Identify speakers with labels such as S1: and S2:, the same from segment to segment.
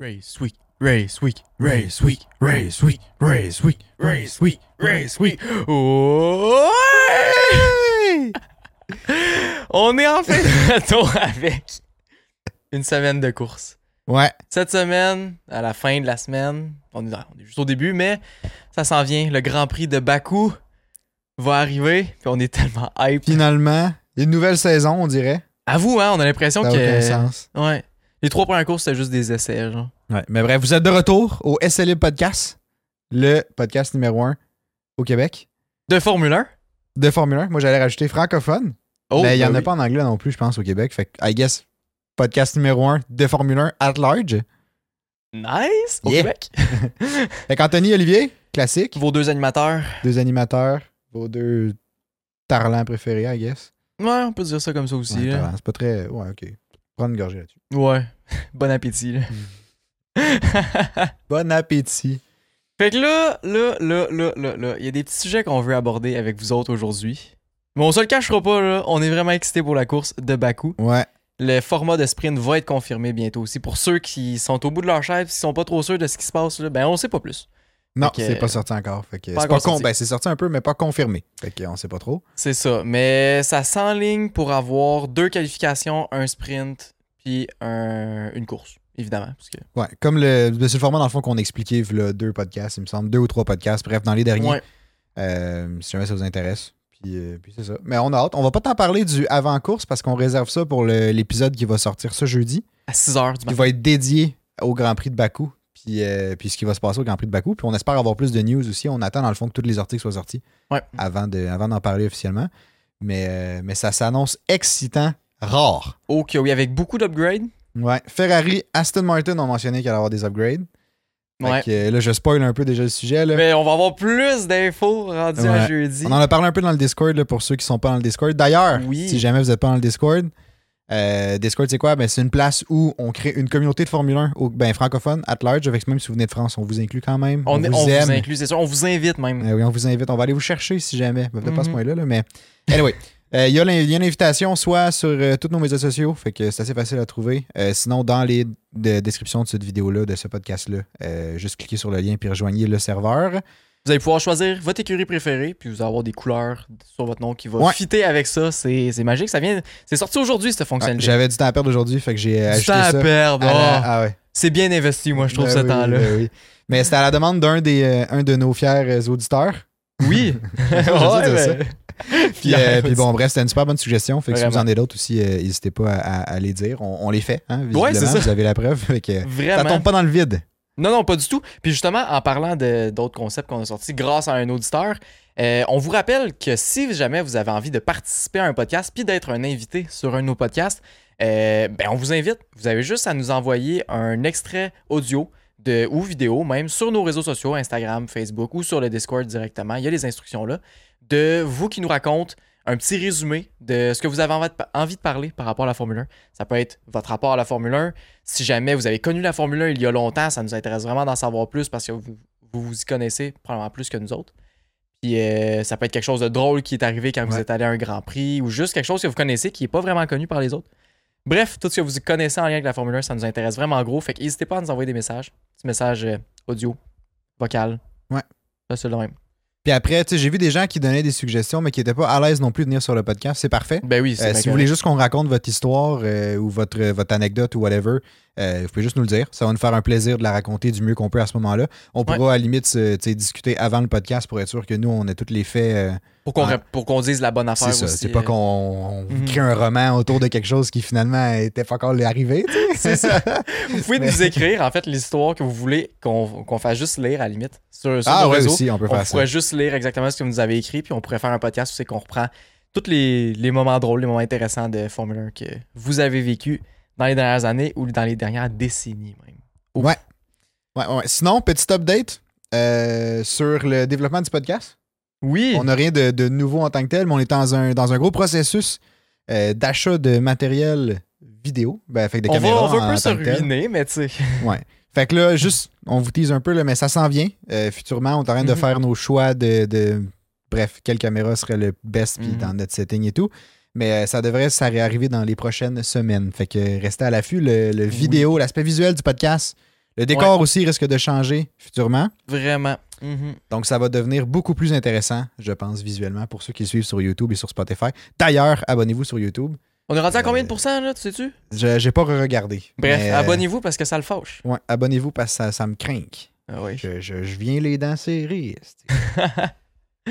S1: Race week, race week, race week, race week, race week, race week, race week. Ouais On est enfin de retour avec une semaine de course.
S2: Ouais.
S1: Cette semaine, à la fin de la semaine, on est, dans- on est juste au début, mais ça s'en vient. Le Grand Prix de Bakou va arriver, puis on est tellement hype.
S2: Finalement, une nouvelle saison, on dirait.
S1: À vous, hein, on a l'impression
S2: Ça n'a aucun
S1: que.
S2: sens.
S1: Ouais. Les trois premières courses, c'était juste des essais, genre.
S2: Ouais. Mais bref, vous êtes de retour au SLE Podcast, le podcast numéro un au Québec
S1: De Formule 1.
S2: de Formule 1. Moi, j'allais rajouter francophone.
S1: Oh,
S2: mais il n'y
S1: bah
S2: en a
S1: oui.
S2: pas en anglais non plus, je pense, au Québec. Fait que, I guess, podcast numéro un de Formule 1 at large.
S1: Nice! Au
S2: Yeah.
S1: Québec.
S2: Fait qu'Anthony Olivier, classique.
S1: Vos deux animateurs.
S2: Deux animateurs, vos deux tarlants préférés, I guess.
S1: Ouais, on peut dire ça comme ça aussi.
S2: Ouais,
S1: là.
S2: tarlants, c'est pas très. Ouais, ok. Prendre une gorgée là-dessus.
S1: Ouais. Bon appétit. là.
S2: Hmm. Bon appétit.
S1: fait que là, là, là, là, là, là, il y a des petits sujets qu'on veut aborder avec vous autres aujourd'hui. Mais on se le cachera pas, là. On est vraiment excités pour la course de Bakou.
S2: Ouais.
S1: Le format de sprint va être confirmé bientôt aussi. Pour ceux qui sont au bout de leur chaise, qui sont pas trop sûrs de ce qui se passe, là, ben on sait pas plus.
S2: Non,
S1: Fait que- euh,
S2: c'est pas sorti encore. Fait que
S1: Pas
S2: c'est pas
S1: encore
S2: con.
S1: sorti.
S2: Ben, c'est sorti un peu, mais pas confirmé. Fait qu'on sait pas trop.
S1: C'est ça. Mais ça s'enligne pour avoir deux qualifications, un sprint, puis un- une course, évidemment. Parce que...
S2: Ouais. Comme le. ben, C'est le format, dans le fond, qu'on a expliqué le deux podcasts, il me semble. Deux ou trois podcasts. Bref, dans les derniers.
S1: Ouais.
S2: Euh, si jamais ça vous intéresse. Puis, euh, puis c'est ça. Mais on a hâte. On va pas t'en parler du avant-course parce qu'on réserve ça pour le- l'épisode qui va sortir ce jeudi.
S1: À 6 heures du
S2: qui
S1: matin.
S2: va être dédié au Grand Prix de Bakou. Puis, euh, puis ce qui va se passer au Grand Prix de Bakou. Puis on espère avoir plus de news aussi. On attend dans le fond que tous les articles soient sortis
S1: Ouais.
S2: avant de- avant d'en parler officiellement. Mais, euh, mais ça s'annonce excitant, rare.
S1: Ok, oui, avec beaucoup d'upgrades.
S2: Ouais. Ferrari, Aston Martin ont mentionné qu'il allait avoir des upgrades. Fait
S1: Ouais.
S2: que, euh, là, je spoil un peu déjà le sujet. là.
S1: Mais on va avoir plus d'infos rendu à
S2: Ouais.
S1: jeudi.
S2: On en a parlé un peu dans le Discord là, pour ceux qui sont pas dans le Discord. D'ailleurs,
S1: Oui.
S2: si jamais vous n'êtes pas dans le Discord, euh, Discord, c'est quoi? Ben, c'est une place où on crée une communauté de Formule 1 au- ben, francophone, at large. Avec même si vous venez de France, on vous inclut quand même.
S1: On, est- on vous,
S2: aime.
S1: inclut, c'est sûr. On vous invite même.
S2: Euh, oui, on vous invite. On va aller vous chercher si jamais. Ben, Peut-être pas à ce
S1: Mhm.
S2: point-là, là, mais. Anyway. euh, Il y, a l'in- il y a une invitation soit sur euh, tous nos médias sociaux, fait que c'est assez facile à trouver. Euh, sinon, dans les de- descriptions de cette vidéo-là, de ce podcast-là, euh, juste cliquez sur le lien puis rejoignez le serveur.
S1: Vous allez pouvoir choisir votre écurie préférée, puis vous allez avoir des couleurs sur votre nom qui va
S2: Ouais.
S1: fitter avec ça. C'est c'est magique. Ça vient. C'est sorti aujourd'hui, cette
S2: Ah,
S1: fonctionnalité.
S2: J'avais du temps à perdre aujourd'hui, fait que j'ai
S1: du
S2: euh, ajouté
S1: temps à
S2: ça.
S1: perdre.
S2: à la-
S1: Oh,
S2: ah ouais.
S1: C'est bien investi, moi, je trouve,
S2: Ben
S1: ce
S2: oui,
S1: temps-là.
S2: ben oui. Mais c'était à la demande d'un des euh, un de nos fiers euh, auditeurs.
S1: Oui.
S2: J'ose dire ça.
S1: ben-
S2: Puis, euh, puis bon, bref, c'était une super bonne suggestion. Fait que si vous
S1: Vraiment.
S2: en avez d'autres aussi, euh, n'hésitez pas à, à- à les dire. On, on les fait, hein, visiblement.
S1: Ouais, c'est ça.
S2: Vous avez la preuve. Fait que, euh, ça
S1: Vraiment.
S2: tombe pas dans le vide.
S1: Non, non, pas du tout. Puis justement, en parlant de- d'autres concepts qu'on a sortis grâce à un auditeur, euh, on vous rappelle que si jamais vous avez envie de participer à un podcast puis d'être un invité sur un de nos podcasts, euh, ben on vous invite. Vous avez juste à nous envoyer un extrait audio de, ou vidéo, même sur nos réseaux sociaux, Instagram, Facebook ou sur le Discord directement. Il y a les instructions là. De vous qui nous raconte un petit résumé de ce que vous avez envie de, envie de parler par rapport à la Formule 1. Ça peut être votre rapport à la Formule 1, si jamais vous avez connu la Formule 1 il y a longtemps, ça nous intéresse vraiment d'en savoir plus parce que vous vous, vous y connaissez probablement plus que nous autres. Puis euh, ça peut être quelque chose de drôle qui est arrivé quand vous
S2: Ouais.
S1: êtes allé à un Grand Prix ou juste quelque chose que vous connaissez qui n'est pas vraiment connu par les autres. Bref, tout ce que vous connaissez en lien avec la Formule 1, ça nous intéresse vraiment gros. Fait que n'hésitez pas à nous envoyer des messages. Petits messages euh, audio, vocal.
S2: Ouais.
S1: Ça, c'est le même.
S2: Puis après, tu sais, j'ai vu des gens qui donnaient des suggestions, mais qui n'étaient pas à l'aise non plus de venir sur le podcast. C'est parfait.
S1: Ben oui,
S2: Euh,
S1: c'est bien
S2: si vous voulez juste qu'on raconte votre histoire euh, ou votre, euh, votre anecdote ou whatever, euh, vous pouvez juste nous le dire. Ça va nous faire un plaisir de la raconter du mieux qu'on peut à ce moment-là. On pourra à la limite se, tu sais, discuter avant le podcast pour être sûr que nous, on a tous les faits. euh,
S1: Pour qu'on
S2: Ouais.
S1: ré- pour qu'on dise la bonne affaire
S2: c'est ça.
S1: aussi,
S2: C'est pas
S1: euh,
S2: qu'on on
S1: Mhm.
S2: crée un roman autour de quelque chose qui finalement était pas encore arrivé. tu
S1: C'est
S2: sais.
S1: ça. Vous pouvez
S2: Mais-
S1: nous écrire, en fait, l'histoire que vous voulez qu'on qu'on fasse juste lire, à la limite, sur, sur
S2: Ah
S1: nos
S2: ouais,
S1: réseaux.
S2: aussi, on peut
S1: on
S2: faire ça.
S1: pourrait juste lire exactement ce que vous nous avez écrit, puis on pourrait faire un podcast où c'est qu'on reprend tous les, les moments drôles, les moments intéressants de Formule 1 que vous avez vécu dans les dernières années ou dans les dernières décennies même.
S2: Ouais, ouais. Sinon, petit update euh, sur le développement du podcast.
S1: Oui,
S2: On n'a rien de, de nouveau en tant que tel, mais on est dans un, dans un gros processus euh, d'achat de matériel vidéo. Ben, fait que de
S1: on, va,
S2: caméras
S1: on va
S2: en
S1: un peu se
S2: tant que tel.
S1: ruiner, mais tu sais.
S2: Fait que là, juste, on vous tease un peu, là, mais ça s'en vient. Euh, futurement, on est en train de
S1: Mhm.
S2: faire nos choix de, de- Bref, quelle caméra serait le best puis
S1: Mhm.
S2: dans notre setting et tout. Mais euh, ça devrait s'arriver dans les prochaines semaines. Fait que restez à l'affût. Le, le
S1: Oui.
S2: vidéo, l'aspect visuel du podcast, Le décor aussi risque de changer futurement.
S1: Vraiment. Mhm.
S2: Donc, ça va devenir beaucoup plus intéressant, je pense, visuellement, pour ceux qui le suivent sur YouTube et sur Spotify. D'ailleurs, abonnez-vous sur YouTube.
S1: On est rendu à
S2: Euh,
S1: combien de pourcents, là, tu sais-tu?
S2: Je n'ai pas regardé.
S1: Bref,
S2: mais, euh,
S1: abonnez-vous parce que ça le fâche.
S2: ouais, abonnez-vous parce que ça, ça me craint.
S1: Ah oui.
S2: Je, je- je viens les dents serrées. esti.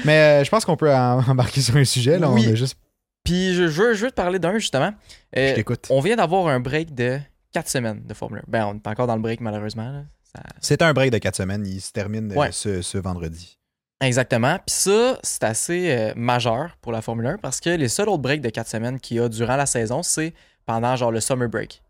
S2: mais euh, je pense qu'on peut en- embarquer sur un sujet. Là,
S1: Oui.
S2: On a juste...
S1: Puis je, je veux, je veux te parler d'un, justement. Euh,
S2: Je t'écoute.
S1: on vient d'avoir un break de 4 semaines de Formule 1. Ben, on est encore dans le break, malheureusement. là. Ça-
S2: C'est un break de 4 semaines. Il se termine euh,
S1: Ouais.
S2: ce, ce vendredi.
S1: Exactement. Puis ça, c'est assez euh, majeur pour la Formule 1 parce que les seuls autres breaks de 4 semaines qu'il y a durant la saison, c'est pendant genre le summer break.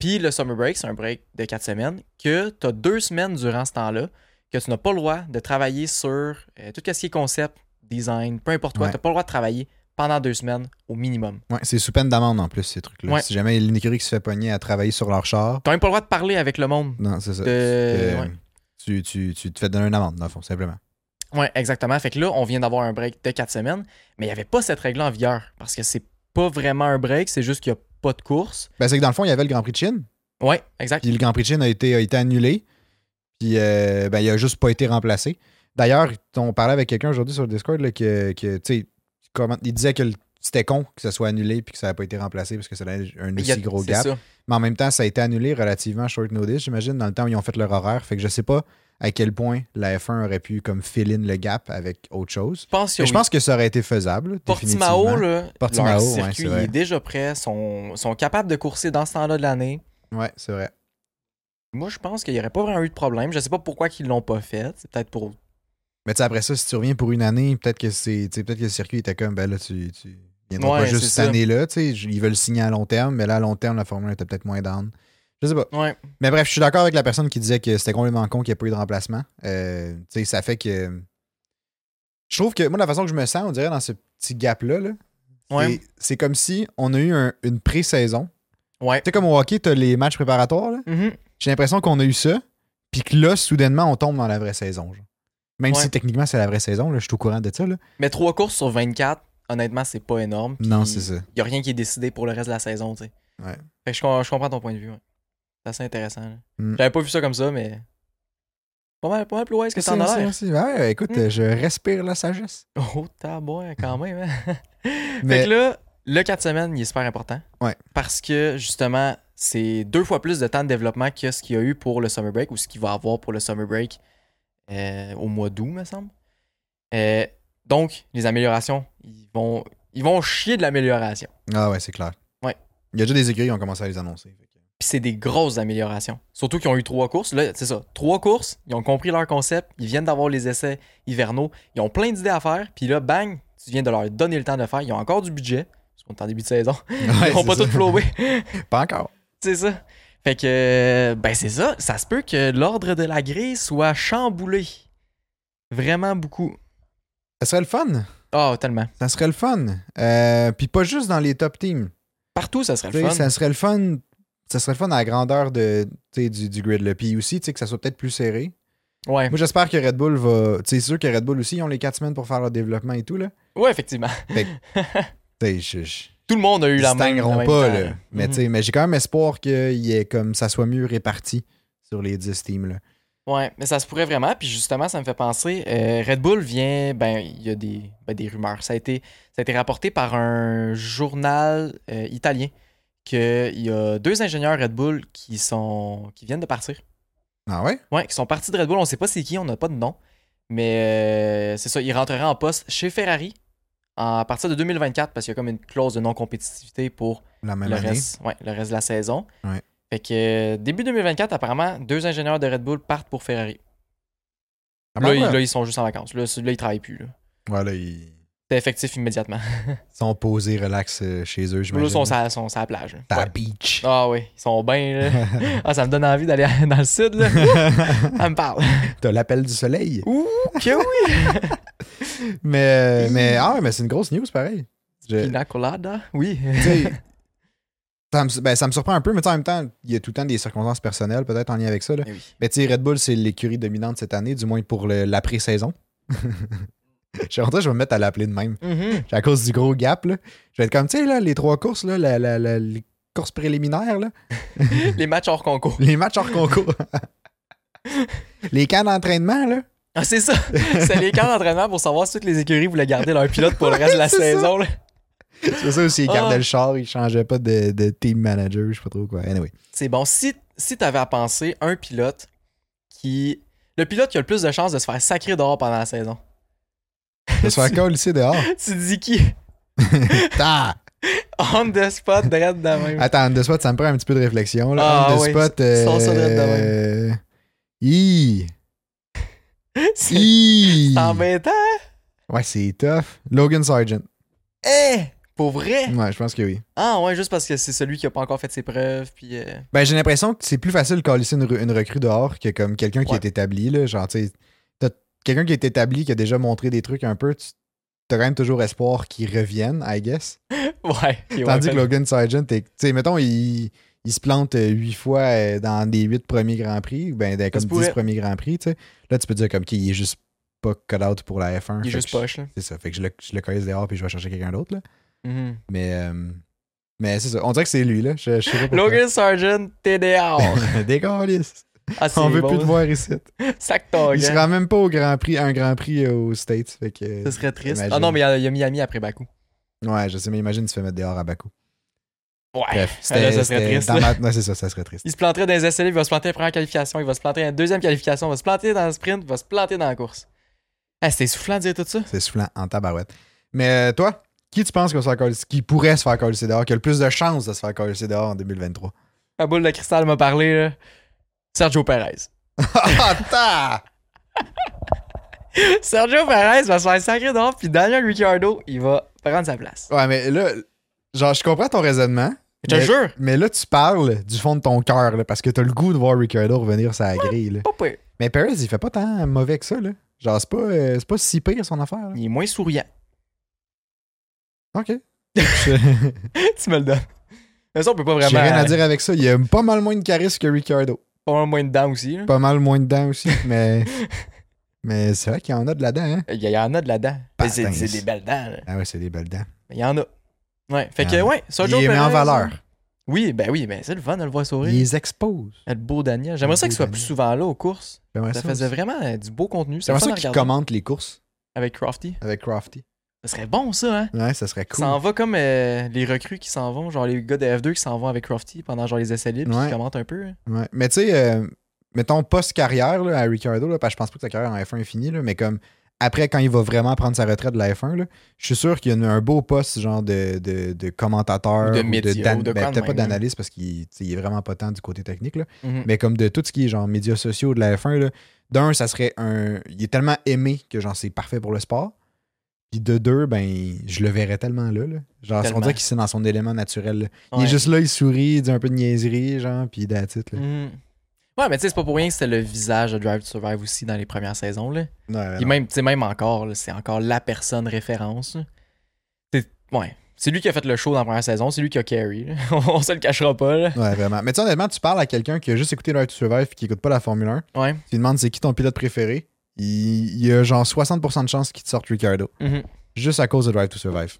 S1: Puis le summer break, c'est un break de 4 semaines que tu as deux semaines durant ce temps-là que tu n'as pas le droit de travailler sur euh, tout ce qui est concept, design, peu importe quoi.
S2: Ouais.
S1: Tu n'as pas le droit de travailler pendant deux semaines au minimum.
S2: Ouais, c'est sous peine d'amende en plus, ces trucs-là.
S1: Ouais.
S2: Si jamais il y a une écurie qui se fait pogner à travailler sur leur char,
S1: Tu n'as même pas le droit de parler avec le monde.
S2: non, c'est ça.
S1: De-
S2: Euh,
S1: ouais.
S2: tu, tu- tu te fais donner une amende, dans le fond, simplement.
S1: Ouais, exactement. Fait que là, on vient d'avoir un break de 4 semaines, mais il n'y avait pas cette règle en vigueur parce que c'est pas vraiment un break, c'est juste qu'il n'y a pas de course.
S2: Ben, c'est que dans le fond, il y avait le Grand Prix de Chine.
S1: Ouais, exact.
S2: Puis le Grand Prix de Chine a été, a été annulé. Puis euh, ben, il a juste pas été remplacé. D'ailleurs, on parlait avec quelqu'un aujourd'hui sur le Discord là, que, que, tu sais, comment- il disait que le- c'était con que ça soit annulé puis que ça n'a pas été remplacé parce que ça donnait un
S1: Il y a-
S2: aussi gros
S1: c'est
S2: gap.
S1: ça.
S2: Mais en même temps, ça a été annulé relativement short notice, j'imagine, dans le temps où ils ont fait leur horaire. Fait que je sais pas à quel point la F1 aurait pu comme fill in le gap avec autre chose.
S1: Je pense que
S2: Mais je pense que ça aurait été faisable.
S1: Portimao,
S2: définitivement.
S1: là,
S2: Portimao,
S1: leur
S2: ouais, c'est
S1: circuit il
S2: vrai.
S1: est déjà prêt, sont, sont capables de courser dans ce temps-là de l'année.
S2: Ouais, c'est vrai.
S1: Moi, je pense qu'il n'y aurait pas vraiment eu de problème. Je sais pas pourquoi ils l'ont pas fait. C'est peut-être pour.
S2: Mais tu sais, après ça, si tu reviens pour une année, peut-être que c'est. tu sais, Peut-être que le circuit était comme ben là, tu, tu viendras
S1: Ouais,
S2: pas juste
S1: c'est
S2: cette
S1: ça.
S2: année-là. tu sais, Ils veulent signer à long terme, mais là, à long terme, la Formule 1 était peut-être moins down. Je sais pas.
S1: Ouais.
S2: Mais bref, je suis d'accord avec la personne qui disait que c'était complètement con qu'il n'y ait pas eu de remplacement. Euh, tu sais, ça fait que. Je trouve que moi, la façon que je me sens, on dirait dans ce petit gap-là, là,
S1: Ouais.
S2: c'est- c'est comme si on a eu un- une pré-saison.
S1: Ouais.
S2: Tu sais, comme au hockey, tu as les matchs préparatoires. là.
S1: Mhm.
S2: J'ai l'impression qu'on a eu ça, puis que là, soudainement, on tombe dans la vraie saison. genre. Même
S1: Ouais.
S2: si techniquement, c'est la vraie saison, là, je suis au courant de ça. Là.
S1: Mais trois courses sur 24, honnêtement, c'est pas énorme.
S2: Non, c'est ça.
S1: Il n'y a rien qui est décidé pour le reste de la saison, tu sais.
S2: Ouais.
S1: Fait que je, com- je comprends ton point de vue. ouais. C'est assez intéressant. là.
S2: Mm.
S1: J'avais pas vu ça comme ça, mais. Pas mal, pas mal plus ouais, ce que
S2: Merci,
S1: t'en as
S2: merci,
S1: l'air.
S2: merci. Ouais, écoute,
S1: Mm.
S2: je respire la sagesse.
S1: Oh, tabois, quand même. hein. Fait
S2: Mm. Mais
S1: que là, le 4 semaines, il est super important.
S2: Ouais.
S1: Parce que, justement, c'est deux fois plus de temps de développement que ce qu'il y a eu pour le summer break ou ce qu'il va avoir pour le summer break euh, au mois d'août, me semble. Euh, donc, les améliorations, ils vont, ils vont chier de l'amélioration.
S2: Ah ouais, c'est clair.
S1: Ouais.
S2: Il y a déjà des écuries qui ont commencé à les annoncer. Fait que-
S1: Puis c'est des grosses améliorations. Surtout qu'ils ont eu trois courses. Là, c'est ça. Trois courses, ils ont compris leur concept, ils viennent d'avoir les essais hivernaux, ils ont plein d'idées à faire. Puis là, bang, tu viens de leur donner le temps de le faire. Ils ont encore du budget, parce qu'on est en début de saison.
S2: Ouais,
S1: ils n'ont
S2: c'est
S1: pas
S2: ça.
S1: tout flowé.
S2: Pas encore.
S1: c'est ça. Fait que, euh, ben c'est ça. Ça se peut que l'ordre de la grille soit chamboulé. Vraiment beaucoup.
S2: Ça serait le fun.
S1: Oh, tellement.
S2: Ça serait le fun. Euh, puis pas juste dans les top teams.
S1: Partout, ça serait
S2: Tu
S1: le
S2: sais,
S1: fun.
S2: Ça serait le fun. Ça serait le fun à la grandeur de, tu sais, du, du grid. Là. Puis aussi, tu sais, que ça soit peut-être plus serré.
S1: Ouais.
S2: Moi, j'espère que Red Bull va. tu sais, C'est sûr que Red Bull aussi, ils ont les 4 semaines pour faire leur développement et tout. Là.
S1: ouais, effectivement.
S2: Tu sais, je- je-
S1: Tout le monde a eu
S2: Ils
S1: la même. la
S2: stagneront
S1: même
S2: pas.
S1: temps,
S2: là. Mais,
S1: Mhm.
S2: tu sais, mais j'ai quand même espoir que il y ait comme ça soit mieux réparti sur les 10 teams. Là.
S1: Ouais, mais ça se pourrait vraiment. Puis justement, ça me fait penser, euh, Red Bull vient, ben, il y a des, ben, des rumeurs. Ça a, été, ça a été rapporté par un journal euh, italien qu'il y a deux ingénieurs Red Bull qui, sont, qui viennent de partir.
S2: Ah ouais?
S1: Ouais, qui sont partis de Red Bull. On sait pas c'est qui, on n'a pas de nom. Mais euh, c'est ça, ils rentreraient en poste chez Ferrari en- à partir de 2024 parce qu'il y a comme une clause de non-compétitivité pour
S2: La même
S1: le
S2: année.
S1: reste, ouais, le reste de la saison.
S2: Ouais.
S1: Fait que euh, début 2024, apparemment, deux ingénieurs de Red Bull partent pour Ferrari. Là,
S2: Ah, bah,
S1: ils,
S2: ouais.
S1: là, ils sont juste en vacances. Là, c- là, ils travaillent plus. là.
S2: Ouais, là, ils
S1: C'est effectif immédiatement.
S2: sont posés, relax euh, chez eux,
S1: Là,
S2: j'imagine. Bah.
S1: ils sont à, sont sur la plage. là.
S2: Ta
S1: Ouais.
S2: beach.
S1: Ah oui, ils sont bien. là. Ah, ça me donne envie d'aller dans le sud. Là. Ça me parle.
S2: T'as l'appel du soleil.
S1: Ouh, que oui!
S2: Mais, mais, ah, mais c'est une grosse news, pareil. Je-
S1: Pina colada, oui.
S2: tu sais, ça, me, ben, ça me surprend un peu, mais tu sais, en même temps, il y a tout le temps des circonstances personnelles peut-être en lien avec ça. Là.
S1: Eh oui.
S2: Mais tu sais, Red Bull, c'est l'écurie dominante cette année, du moins pour le- la pré-saison. je suis rentré, je vais me mettre à l'appeler de même.
S1: Mhm.
S2: à cause du gros gap, là. Je vais être comme, tu sais, là, les trois courses, là, la, la- la- les courses préliminaires, là,
S1: Les matchs hors concours.
S2: les matchs hors concours. Les camps d'entraînement, là.
S1: Ah, c'est ça. C'est les camps d'entraînement pour savoir si toutes les écuries voulaient garder leur pilote pour le reste de la
S2: Ouais, c'est ça.
S1: saison. là.
S2: C'est ça aussi, ils
S1: Ah.
S2: gardaient le char, ils changeaient pas de, de team manager, je sais pas trop quoi. Anyway.
S1: C'est bon. Si, si tu avais à penser un pilote qui. Le pilote qui a le plus de chances de se faire sacrer dehors pendant la saison.
S2: Je suis encore lycée dehors.
S1: Tu dis qui
S2: Ah!
S1: On the spot, direct de même.
S2: Attends, de spot, ça me prend un petit peu de réflexion. Là.
S1: Ah,
S2: On the
S1: oui,
S2: spot.
S1: sors ça de là, de même.
S2: euh, Hi!
S1: C'est
S2: Hi!
S1: c'est embêtant.
S2: Ouais, c'est tough. Logan Sargent.
S1: Eh Pour vrai
S2: Ouais, je pense que oui.
S1: Ah, ouais, juste parce que c'est celui qui a pas encore fait ses preuves. Puis. euh,
S2: Ben, j'ai l'impression que c'est plus facile de colisser une, re- une recrue dehors que comme quelqu'un qui
S1: Ouais.
S2: est établi. Là. Genre, tu sais, t'as quelqu'un qui est établi, qui a déjà montré des trucs un peu, tu t'as quand même toujours espoir qu'il revienne, I guess.
S1: Ouais. ben qui
S2: Tandis
S1: ont-
S2: que Logan Sargent, t'es- tu sais, mettons, il, il se plante euh, huit fois euh, dans les huit premiers Grands Prix, ben, dans, comme
S1: se
S2: dix
S1: pourrait.
S2: premiers Grands Prix, tu sais. Là, tu peux dire comme qu'il est juste pas cut-out pour la F1.
S1: Il est
S2: Fait
S1: juste
S2: que je-
S1: poche, là.
S2: C'est ça. Fait que je le, je le colisse dehors puis je vais chercher quelqu'un d'autre, là.
S1: Mhm.
S2: Mais, euh, mais c'est ça. On dirait que c'est lui, là. Je, je sais pas pourquoi.
S1: Logan Sargent, TDR.
S2: Décalisse.
S1: Ah, c'est
S2: On veut plus te
S1: bon.
S2: voir ici.
S1: Sac
S2: Il se
S1: Target.
S2: rend même pas au Grand Prix, un Grand Prix euh, aux States. Fait que,
S1: Ce serait triste.
S2: Imagine.
S1: Ah non, mais il y a- il y a Miami après Baku.
S2: ouais, je sais, mais imagine, tu te fais mettre dehors à Bakou.
S1: Ouais.
S2: Bref,
S1: Ah, là, ça serait
S2: c'était
S1: triste,
S2: dans ma- Ouais, c'est ça, ça serait triste.
S1: Il se planterait dans les SLA, il va se planter en première qualification, il va se planter en deuxième qualification, il va se planter dans le sprint, il va se planter dans la course. Ah, c'était soufflant de dire tout ça.
S2: C'est soufflant en tabarouette. Mais euh, toi, qui tu penses qu'on se faire coller- qui pourrait se faire coller dehors, qui a le plus de chances de se faire coller dehors en 2023?
S1: La boule de cristal m'a parlé, là. Sergio Perez.
S2: Ah, ta!
S1: Sergio Perez va se faire sacrer dehors, puis Daniel Ricciardo, il va prendre sa place.
S2: Ouais, mais là, genre, je comprends ton raisonnement.
S1: Je te
S2: mais-
S1: jure,
S2: Mais là, tu parles du fond de ton cœur, là, parce que t'as le goût de voir Ricardo revenir sur la grille. là.
S1: pas pire.
S2: Mais Perez, il fait pas tant mauvais que ça. Là. Genre, c'est pas, euh, c'est pas si pire son affaire. là.
S1: Il est moins souriant.
S2: OK. Je-
S1: tu me le donnes. Mais ça, on peut pas vraiment.
S2: J'ai rien à dire avec ça. Il a pas mal moins de charisme que Ricardo.
S1: Pas mal moins dedans aussi, là.
S2: Pas mal moins de dents aussi, mais. mais c'est vrai qu'il y en a de la dent, hein?
S1: Il y en a de là-dedans.
S2: Pas
S1: C'est
S2: dingue.
S1: c'est des belles dents, là.
S2: Ah ouais, c'est des belles dents.
S1: Il y en a. Ouais. Fait
S2: Il y
S1: que,
S2: en a.
S1: ouais,
S2: Il
S1: Sergio
S2: les met en
S1: Perez,
S2: valeur.
S1: Oui, ben oui, ben c'est le fun de le voir
S2: Il
S1: sourire.
S2: les expose.
S1: Le beau Daniel. J'aimerais
S2: Le
S1: ça qu'il
S2: beau
S1: soit plus
S2: Daniel.
S1: souvent là aux courses.
S2: J'aimerais
S1: Ça
S2: ça.
S1: faisait
S2: aussi.
S1: vraiment euh, du beau contenu. C'est
S2: J'aimerais ça
S1: fun à
S2: qu'il
S1: regarder.
S2: commente les courses
S1: Avec Crafty.
S2: avec Crafty.
S1: Ce serait bon, ça, hein?
S2: Ouais, ça serait cool.
S1: Ça en va comme euh, les recrues qui s'en vont, genre les gars de F2 qui s'en vont avec Crafty pendant genre les essais libres, puis
S2: Ouais.
S1: qui commentent un peu. hein.
S2: Ouais. Mais tu sais, euh, mettons post-carrière là, à Ricardo, là, parce que je pense pas que sa carrière en F1 est finie, là, mais comme après, quand il va vraiment prendre sa retraite de la F1, là, je suis sûr qu'il y a une- un beau poste genre de, de, de commentateur,
S1: Ou de
S2: ou
S1: média,
S2: d'an-
S1: ou de
S2: ben,
S1: quoi de
S2: peut-être pas
S1: même, hein.
S2: d'analyste parce qu'il tu sais, il est vraiment pas tant du côté technique, là,
S1: Mhm.
S2: mais comme de tout ce qui est genre médias sociaux de la F1, là, d'un, ça serait un. Il est tellement aimé que genre c'est parfait pour le sport. Puis de deux, ben, je le verrais tellement là. là. Genre,
S1: Tellement.
S2: on dirait qu'il est dans son élément naturel. là. Il
S1: Ouais.
S2: est juste là, il sourit, il dit un peu de niaiserie, genre, puis that's it, là.
S1: Mhm. Ouais, mais tu sais, c'est pas pour rien que c'était le visage de Drive to Survive aussi dans les premières saisons. Là.
S2: Ouais, ouais,
S1: Puis même, tu sais, même encore, là, c'est encore la personne référence. là. C'est- Ouais. C'est lui qui a fait le show dans la première saison, c'est lui qui a carry. là. On se le cachera pas. là.
S2: Ouais, vraiment. Mais tu sais, honnêtement, tu parles à quelqu'un qui a juste écouté Drive to Survive et qui écoute pas la Formule 1.
S1: Ouais.
S2: Tu lui demandes c'est qui ton pilote préféré. Il, il y a genre 60% de chances qu'il te sorte Ricardo.
S1: Mhm.
S2: Juste à cause de Drive to Survive.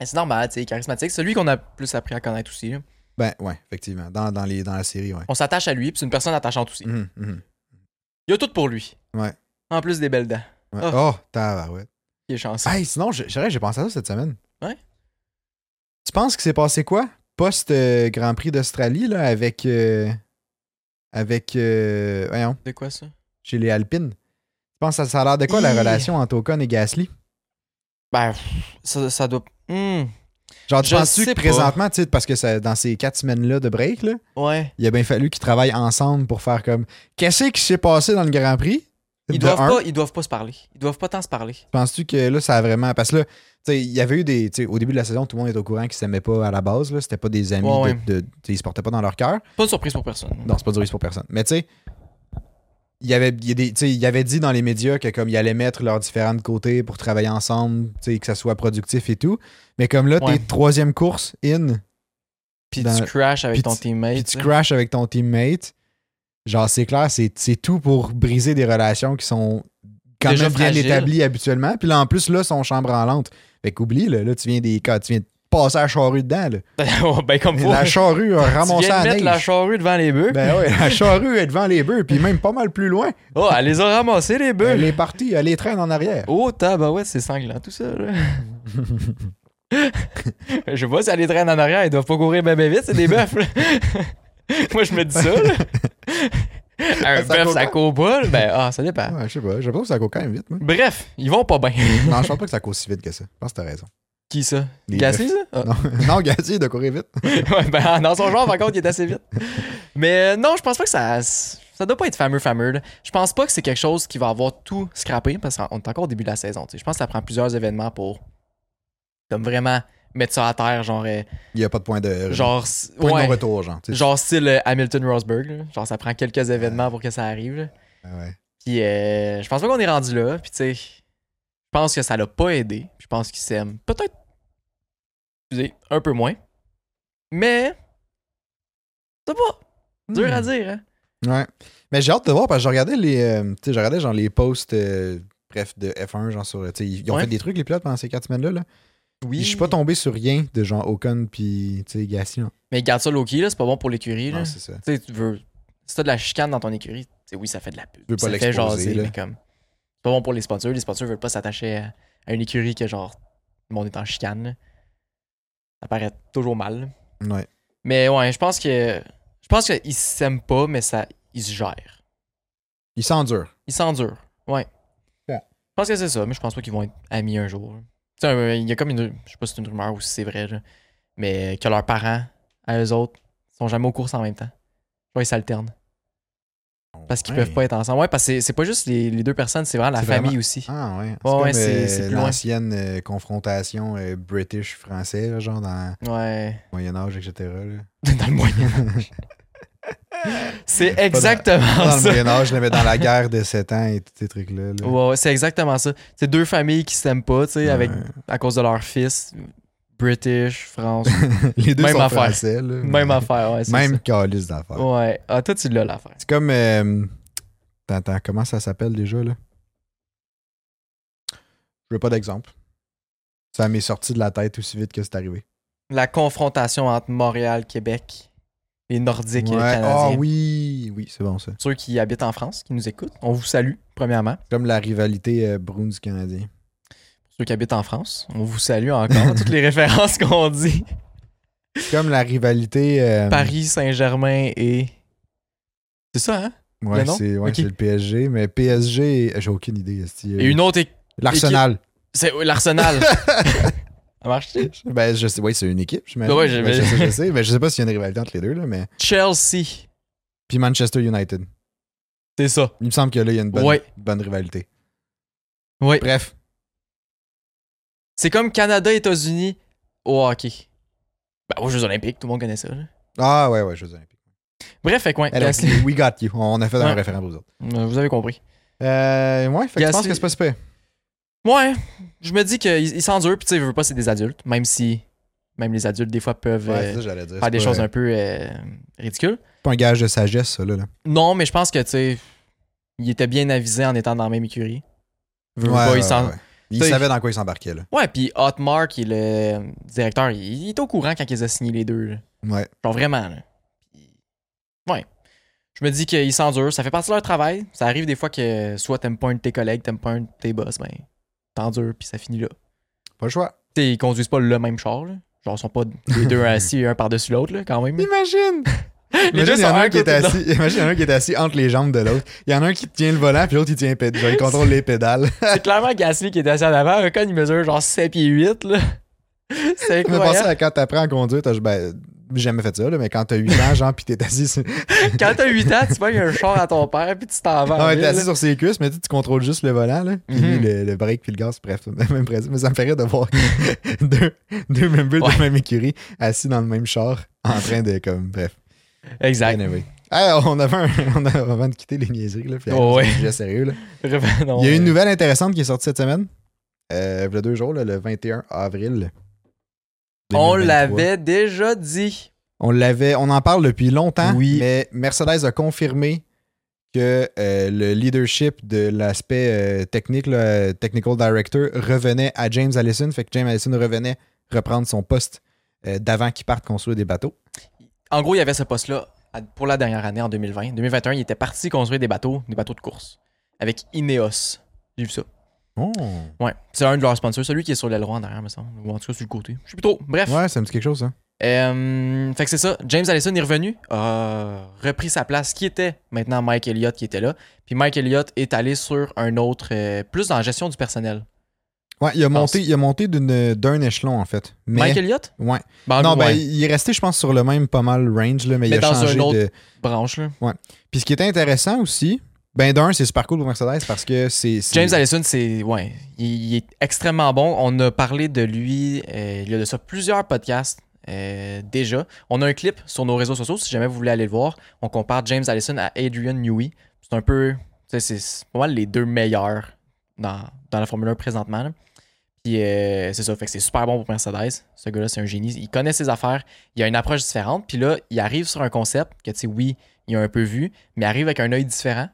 S1: Mais C'est normal, tu sais, charismatique. Celui qu'on a plus appris à connaître aussi. là.
S2: Ben, ouais, effectivement. Dans, dans, les, dans la série, ouais.
S1: On s'attache à lui, puis c'est une personne attachante aussi.
S2: Mhm, mhm.
S1: Il y a tout pour lui.
S2: Ouais.
S1: En plus des belles dents.
S2: Ouais.
S1: Ah.
S2: Oh, tabarouette.
S1: Il est chanceux.
S2: Hey, sinon, je- c'est vrai, j'ai pensé à ça cette semaine.
S1: Ouais.
S2: Tu penses que c'est passé quoi? Post euh, Grand Prix d'Australie, là, avec. euh, avec. euh, voyons,
S1: De quoi ça?
S2: chez les Alpines. Tu penses que ça, ça a l'air de quoi la
S1: Hi.
S2: relation entre Ocon et Gasly?
S1: Ben, pff, ça, ça doit. Hmm,
S2: Genre, tu
S1: Je
S2: penses-tu
S1: sais
S2: que
S1: pas.
S2: présentement, tu sais, parce que ça- dans ces quatre semaines-là de break, là,
S1: Ouais.
S2: il a bien fallu qu'ils travaillent ensemble pour faire comme qu'est-ce qui s'est passé dans le Grand Prix?
S1: Ils
S2: De
S1: doivent,
S2: un.
S1: pas, ils doivent pas se parler. Ils doivent pas tant se parler.
S2: Penses-tu que là, ça a vraiment. Parce que là, tu sais, il y avait eu des. tu sais, Au début de la saison, tout le monde est au courant qu'ils s'aimaient pas à la base. là. C'était pas des amis.
S1: Ouais,
S2: de- de- tu sais, ils se portaient pas dans leur cœur.
S1: Pas de surprise pour personne.
S2: Non, c'est pas du risque pour personne. Mais tu sais, il y avait, il y a des- tu sais, il avait dit dans les médias que comme ils allaient mettre leurs différents de côté pour travailler ensemble, tu sais, que ça soit productif et tout. Mais comme là,
S1: Ouais.
S2: t'es troisième course in.
S1: Puis
S2: Dans-
S1: tu crashes avec
S2: Ben, puis
S1: ton
S2: tu-
S1: teammate.
S2: puis tu
S1: là.
S2: crashes avec ton teammate, genre c'est clair, c'est c'est tout pour briser des relations qui sont quand
S1: Déjà
S2: même bien
S1: fragiles.
S2: établies habituellement. Puis là, en plus, là, sont chambre en lente. Fait qu'oublie, là, là, tu viens des cas, tu viens passer la charrue dedans. là.
S1: ben, comme vous.
S2: La charrue a
S1: tu
S2: ramassé
S1: viens
S2: la
S1: de mettre
S2: neige.
S1: la charrue devant les bœufs.
S2: Ben ouais, la charrue est devant les bœufs, puis même pas mal plus loin.
S1: Oh, elle les a ramassés, les bœufs.
S2: Elle est partie, elle ben, les traîne en arrière.
S1: Oh, tabarouette, c'est sanglant tout ça. là. je vois si elle les traîne en arrière, ils doivent pas courir bien vite, c'est des bœufs. là. Moi, je me dis ça. là. Un
S2: Ça
S1: bœuf,
S2: court
S1: ça
S2: pas?
S1: court pas. là. Ben, ah, ça dépend.
S2: Ouais, je sais pas, je pense que ça court quand même vite. moi.
S1: Bref, ils vont pas bien.
S2: Non, je pense pas que ça court si vite que ça. Je pense que t'as raison.
S1: Qui ça
S2: Les
S1: Gassé, ça Ah.
S2: Non, non Gazi, de courir vite.
S1: Ouais, ben, dans son genre, par contre, il est assez vite. Mais euh, non, je pense pas que ça. Ça doit pas être fameux, fameux. là. Je pense pas que c'est quelque chose qui va avoir tout scrappé parce qu'on est encore au début de la saison. tu sais. Je pense que ça prend plusieurs événements pour comme vraiment mettre ça à terre, genre. euh,
S2: Il y a pas de point de,
S1: genre
S2: Euh, point de
S1: ouais,
S2: non-retour, genre. tu sais.
S1: genre style euh, Hamilton Rosberg. là. Genre, ça prend quelques événements pour que ça arrive. là.
S2: Ah ouais.
S1: Puis euh, je pense pas qu'on est rendu là. Puis tu sais, je pense que ça l'a pas aidé. Je pense qu'il s'aime peut-être excusez, un peu moins. Mais c'est pas dur
S2: Hmm.
S1: à dire. Hein?
S2: Ouais. Mais j'ai hâte de voir parce que je regardais les. euh, tu sais, je regardais genre les posts, euh, bref, de F1, genre sur. tu sais, Ils ils ont
S1: Ouais.
S2: fait des trucs, les pilotes, pendant ces quatre semaines-là. Là.
S1: Oui.
S2: Je suis pas tombé sur rien de genre Ocon puis tu sais, Gassi. là.
S1: Mais garde ça low-key, là, c'est pas bon pour l'écurie. là.
S2: Non,
S1: Tu
S2: c'est ça.
S1: sais, tu veux. Si t'as de la chicane dans ton écurie, tu sais, oui, ça fait de la pub.
S2: veux pas
S1: ça fait
S2: l'exposer,
S1: jaser,
S2: là.
S1: mais comme. C'est pas bon pour les sponsors. Les sponsors veulent pas s'attacher à, à une écurie que genre le monde est en chicane. là. Ça paraît toujours mal. là.
S2: Ouais.
S1: Mais ouais, je pense que. Je pense qu'ils s'aiment pas, mais ça. Ils se gèrent.
S2: Ils s'endurent.
S1: Ils s'endurent. Ouais.
S2: Ouais.
S1: Je pense que c'est ça, mais je pense pas qu'ils vont être amis un jour. Tu sais, un- il y a comme une. Je sais pas si c'est une rumeur ou si c'est vrai, là, mais que leurs parents, à eux autres, sont jamais aux courses en même temps. Ouais, ils s'alternent. Parce qu'ils
S2: Ouais.
S1: peuvent pas être ensemble. Ouais, parce que c'est- c'est pas juste les, les deux personnes, c'est vraiment la
S2: C'est
S1: famille
S2: vraiment-
S1: aussi.
S2: Ah ouais.
S1: Ouais, ouais,
S2: c'est comme,
S1: c'est-
S2: euh,
S1: c'est plus loin.
S2: l'ancienne euh, confrontation euh, british-français, là, genre dans
S1: Ouais.
S2: le Moyen-Âge, etc. là.
S1: Dans le moyen. c'est
S2: dans-
S1: exactement
S2: Dans le
S1: Ah, ça.
S2: Moyen-Âge, là, mais dans la guerre de 7 ans et tous ces trucs-là. là.
S1: Ouais, ouais, c'est exactement ça. C'est deux familles qui s'aiment pas, tu sais,
S2: Ouais.
S1: avec à cause de leur fils. British, France,
S2: Les deux
S1: Même
S2: sont
S1: affaire.
S2: français. là.
S1: même affaire, ouais. c'est
S2: Même calice d'affaires.
S1: ça. Ouais. Ah, toi, tu l'as l'affaire.
S2: C'est comme. euh, attends, attends, comment ça s'appelle déjà, là? Je veux pas d'exemple. Ça m'est sorti de la tête aussi vite que c'est arrivé.
S1: La confrontation entre Montréal, Québec, les Nordiques et les
S2: Ouais. Ah
S1: Canadiens.
S2: oui, oui, c'est bon ça.
S1: Ceux qui habitent en France, qui nous écoutent, on vous salue, premièrement.
S2: C'est Comme la rivalité euh, Bruins-Canadien.
S1: Ceux qui habitent en France, on vous salue encore. Toutes les références qu'on dit.
S2: C'est Comme la rivalité. euh,
S1: Paris, Saint-Germain et. C'est ça, hein?
S2: Ouais,
S1: le nom?
S2: c'est ouais,
S1: Ok.
S2: c'est le PSG, mais PSG, j'ai aucune idée. esti.
S1: Et une autre. é-
S2: L'Arsenal.
S1: C'est l'Arsenal. ça marche-tu?
S2: Ben, je sais, ouais, c'est une équipe, j'imagine.
S1: Ouais, j'ai-
S2: Ben, je sais, je sais, mais je sais pas s'il y a une rivalité entre les deux, là, mais.
S1: Chelsea.
S2: Puis Manchester United.
S1: C'est ça.
S2: Il me semble que là, il y a une bonne,
S1: Ouais.
S2: bonne rivalité.
S1: Oui.
S2: Bref,
S1: C'est comme Canada, États-Unis au hockey. Ben, aux Jeux Olympiques, tout le monde connaît ça. là.
S2: Ah ouais, ouais, Jeux Olympiques.
S1: Bref, fait que ouais,
S2: Allez,
S1: Gasly-
S2: we got you. On a fait
S1: Ouais.
S2: un référent pour vous autres.
S1: Euh, vous avez compris.
S2: Euh, ouais, fait que je
S1: Gasly-
S2: pense que c'est pas super.
S1: Ouais, je me dis qu'ils ils s'endurent, puis tu sais, je veux pas, c'est des adultes, même si même les adultes, des fois, peuvent
S2: Ouais,
S1: euh,
S2: c'est ça, j'allais dire.
S1: faire
S2: C'est
S1: des
S2: pas-
S1: choses un peu euh, ridicules.
S2: C'est pas un gage de sagesse, ça, là. là.
S1: Non, mais je pense que, tu sais, ils étaient bien avisés en étant dans la même écurie. Veux, veux pas, ils s'en-
S2: ouais. Il
S1: T'sais,
S2: savait dans quoi il s'embarquait, là.
S1: Ouais, puis Hotmar, qui est le directeur, il, il est au courant quand ils ont signé les deux. là.
S2: Ouais.
S1: Genre vraiment, là. Puis, Ouais. Je me dis qu'ils s'endurent. Ça fait partie de leur travail. Ça arrive des fois que soit t'aimes pas un de tes collègues, t'aimes pas un de tes boss, ben t'endures, puis ça finit là.
S2: Pas le choix.
S1: Tu sais, ils conduisent pas le même char, là. Genre, ils sont pas les deux assis un par-dessus l'autre, là, quand même.
S2: Imagine!
S1: Les deux
S2: Imagine, il y
S1: sont
S2: en a
S1: un
S2: un qui est
S1: côté de l'autre.
S2: assis. Imagine, il y en a un qui est assis entre les jambes de l'autre. Il y en a un qui tient le volant, puis l'autre, il tient les pédales. Genre, Il contrôle les pédales.
S1: C'est clairement Gasly qui est assis en avant. Ocon, il mesure genre 7 pieds 8, là. C'est
S2: Je me pensais
S1: incroyable.
S2: à quand t'apprends à conduire, t'as ben, j'ai jamais fait ça, là, mais quand t'as 8 ans, genre, puis t'es assis. sur-
S1: Quand t'as 8 ans, tu vois, il y a un char à ton père, puis tu t'en vas. en
S2: Non, mais t'es
S1: ville,
S2: assis
S1: là.
S2: sur ses cuisses, mais tu, tu contrôles juste le volant, là. Puis
S1: Mhm.
S2: le, le break, puis le gaz, bref, c'est le même principe. Mais ça me ferait de voir deux, deux membres de
S1: Ouais.
S2: la même écurie assis dans le même char, en train de, comme, bref.
S1: Exact.
S2: Anyway. Hey, on avait un, on a- avant de quitter les niaiseries, là, puis
S1: Oh, ouais. Oh,
S2: c'est un sujet sérieux, là.
S1: Revenons.
S2: Il y a une nouvelle intéressante qui est sortie cette semaine. Euh, il y a deux jours, là, le 21 avril.
S1: On
S2: 2023.
S1: l'avait déjà dit.
S2: On l'avait, on en parle depuis longtemps,
S1: Oui.
S2: mais Mercedes a confirmé que euh, le leadership de l'aspect euh, technique, le technical director, revenait à James Allison. Fait que James Allison revenait reprendre son poste euh, d'avant qu'il parte construire des bateaux.
S1: En gros, il y avait ce poste-là à- pour la dernière année en 2020. 2021, il était parti construire des bateaux, des bateaux de course avec Ineos. J'ai vu ça.
S2: Oh.
S1: Ouais. C'est un de leurs sponsors, celui qui est sur l'aile en arrière, me semble. Ou en tout cas sur le côté. Je sais plus trop. Bref.
S2: Ouais, ça me dit quelque chose, hein. ça.
S1: Euh, fait que c'est ça. James Allison est revenu, a repris sa place qui était maintenant Mike Elliott qui était là. Puis Mike Elliott est allé sur un autre, euh, plus dans la gestion du personnel.
S2: Ouais, il a
S1: pense.
S2: monté, il a monté d'une- d'un échelon, en fait. Mais,
S1: Mike Elliott
S2: ouais.
S1: Ben, en
S2: non,
S1: gros,
S2: ben,
S1: ouais.
S2: il est resté, je pense, sur le même pas mal range, là,
S1: Mais
S2: mais, il a
S1: dans
S2: changé
S1: un autre-
S2: de...
S1: branche là.
S2: Puis ce qui était intéressant aussi, ben d'un, c'est super cool pour Mercedes parce que c'est... c'est-
S1: James Allison, c'est. Ouais. Il, il est extrêmement bon. On a parlé de lui euh, il y a de ça plusieurs podcasts euh, déjà. On a un clip sur nos réseaux sociaux si jamais vous voulez aller le voir. On compare James Allison à Adrian Newey. C'est un peu. tu sais, C'est c'est pas mal les deux meilleurs dans, dans la Formule 1 présentement. là. Puis euh, c'est ça. Fait que c'est super bon pour Mercedes. Ce gars-là, c'est un génie. Il connaît ses affaires. Il a une approche différente. Puis là, il arrive sur un concept que, tu sais, oui, il a un peu vu, mais il arrive avec un œil différent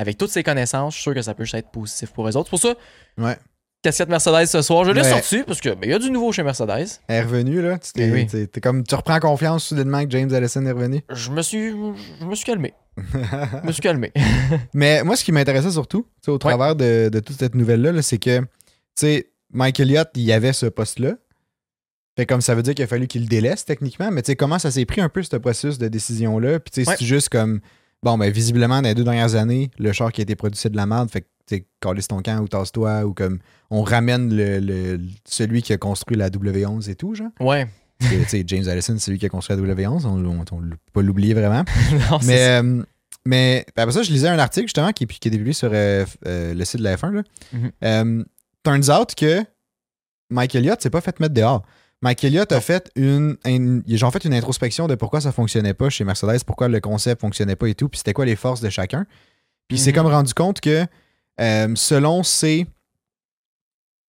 S1: avec toutes ses connaissances, je suis sûr que ça peut juste être positif pour eux autres. C'est pour ça,
S2: Ouais.
S1: casquette Mercedes ce soir, je l'ai
S2: Ouais.
S1: sorti parce que ben, il y a du nouveau chez Mercedes.
S2: est revenu, là. Tu, t'es,
S1: Eh oui.
S2: t'es- t'es comme, tu reprends confiance soudainement que James Allison est revenu.
S1: Je me suis, je me suis calmé. je me suis calmé.
S2: Mais moi, ce qui m'intéressait surtout, tu sais, au travers de, de toute cette nouvelle-là, là, c'est que, tu sais, Mike Elliott, il y avait ce poste-là. Fait comme ça veut dire qu'il a fallu qu'il le délaisse techniquement, mais tu sais, comment ça s'est pris un peu ce processus de décision-là? Puis tu sais,
S1: Ouais.
S2: c'est juste comme, bon, ben visiblement, dans les deux dernières années, le char qui a été produit, c'est de la merde. Fait que, tu sais, calisse ton camp ou tasse-toi ou comme, on ramène le, le- celui qui a construit la W11 et tout, genre.
S1: Ouais.
S2: Parce que, tu sais, James Allison, c'est lui qui a construit la W11, on on- on peut pas l'oublier vraiment.
S1: Non, Ah, c'est
S2: Mais,
S1: ça.
S2: euh, mais puis après ça, je lisais un article justement qui, qui est publié sur euh, f- euh, le site de la F1. Là.
S1: Mhm.
S2: Euh, turns out que Mike Elliott s'est pas fait mettre dehors. Mike Elliott a fait une, une- ils ont fait une introspection de pourquoi ça fonctionnait pas chez Mercedes, pourquoi le concept fonctionnait pas et tout, puis c'était quoi les forces de chacun. Puis il s'est
S1: Mhm.
S2: comme rendu compte que euh, selon ses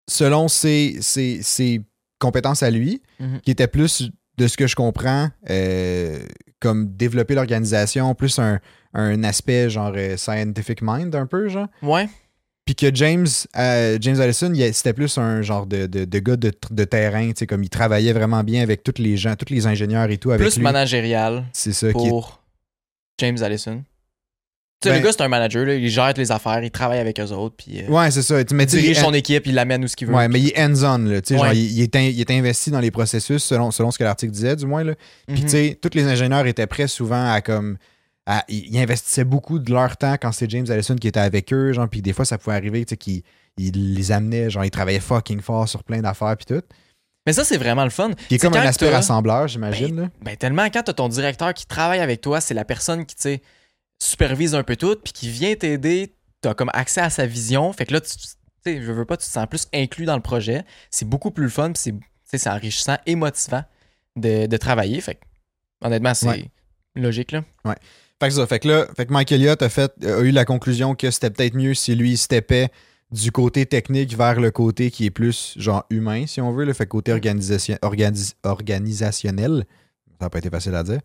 S2: selon ses, ses- ses compétences à lui,
S1: Mhm.
S2: qui était plus de ce que je comprends euh, comme développer l'organisation, plus un, un aspect genre euh, scientific mind un peu, genre.
S1: Ouais.
S2: Puis que James, euh, James Allison, il- c'était plus un genre de, de, de gars de, tr- de terrain, tu sais, comme il travaillait vraiment bien avec tous les gens, tous les ingénieurs et tout avec
S1: Plus
S2: lui.
S1: managérial
S2: C'est ça qui est-
S1: pour James Allison. Tu sais,
S2: Ben-
S1: le gars, c'est un manager, là, il gère les affaires, il travaille avec eux autres, puis euh,
S2: Ouais, c'est ça. Mais
S1: il
S2: tu sais,
S1: dirige
S2: il-
S1: son équipe, il l'amène où ce qu'il veut.
S2: Ouais, mais il est hands-on, là. Tu sais,
S1: Ouais.
S2: genre, il, il est in- il est investi dans les processus selon, selon ce que l'article disait, du moins, là. Puis,
S1: Mhm.
S2: tu sais, tous les ingénieurs étaient prêts souvent à comme. à- ils ils investissaient beaucoup de leur temps quand c'était James Allison qui était avec eux, genre, puis des fois, ça pouvait arriver, tu sais, qu'ils ils les amenaient, genre, ils travaillaient fucking fort sur plein d'affaires, puis tout.
S1: Mais ça, c'est vraiment le fun.
S2: Qui est
S1: C'est
S2: comme un
S1: quand
S2: aspect
S1: t'as-
S2: rassembleur, j'imagine, là.
S1: Ben tellement quand t'as ton directeur qui travaille avec toi, c'est la personne qui, tu sais, supervise un peu tout, puis qui vient t'aider, t'as comme accès à sa vision. Fait que là, tu tu sais, je veux pas, tu te sens plus inclus dans le projet. C'est beaucoup plus le fun, puis c'est, tu sais, c'est enrichissant et motivant de, de travailler. Fait que, honnêtement, c'est
S2: Ouais.
S1: logique, là.
S2: Fait que ça, fait que là, fait que Mike Elliott a, fait, a eu la conclusion que c'était peut-être mieux si lui il steppait du côté technique vers le côté qui est plus genre humain, si on veut, le fait que côté organisation, organis- organisationnel. Ça n'a pas été facile à dire.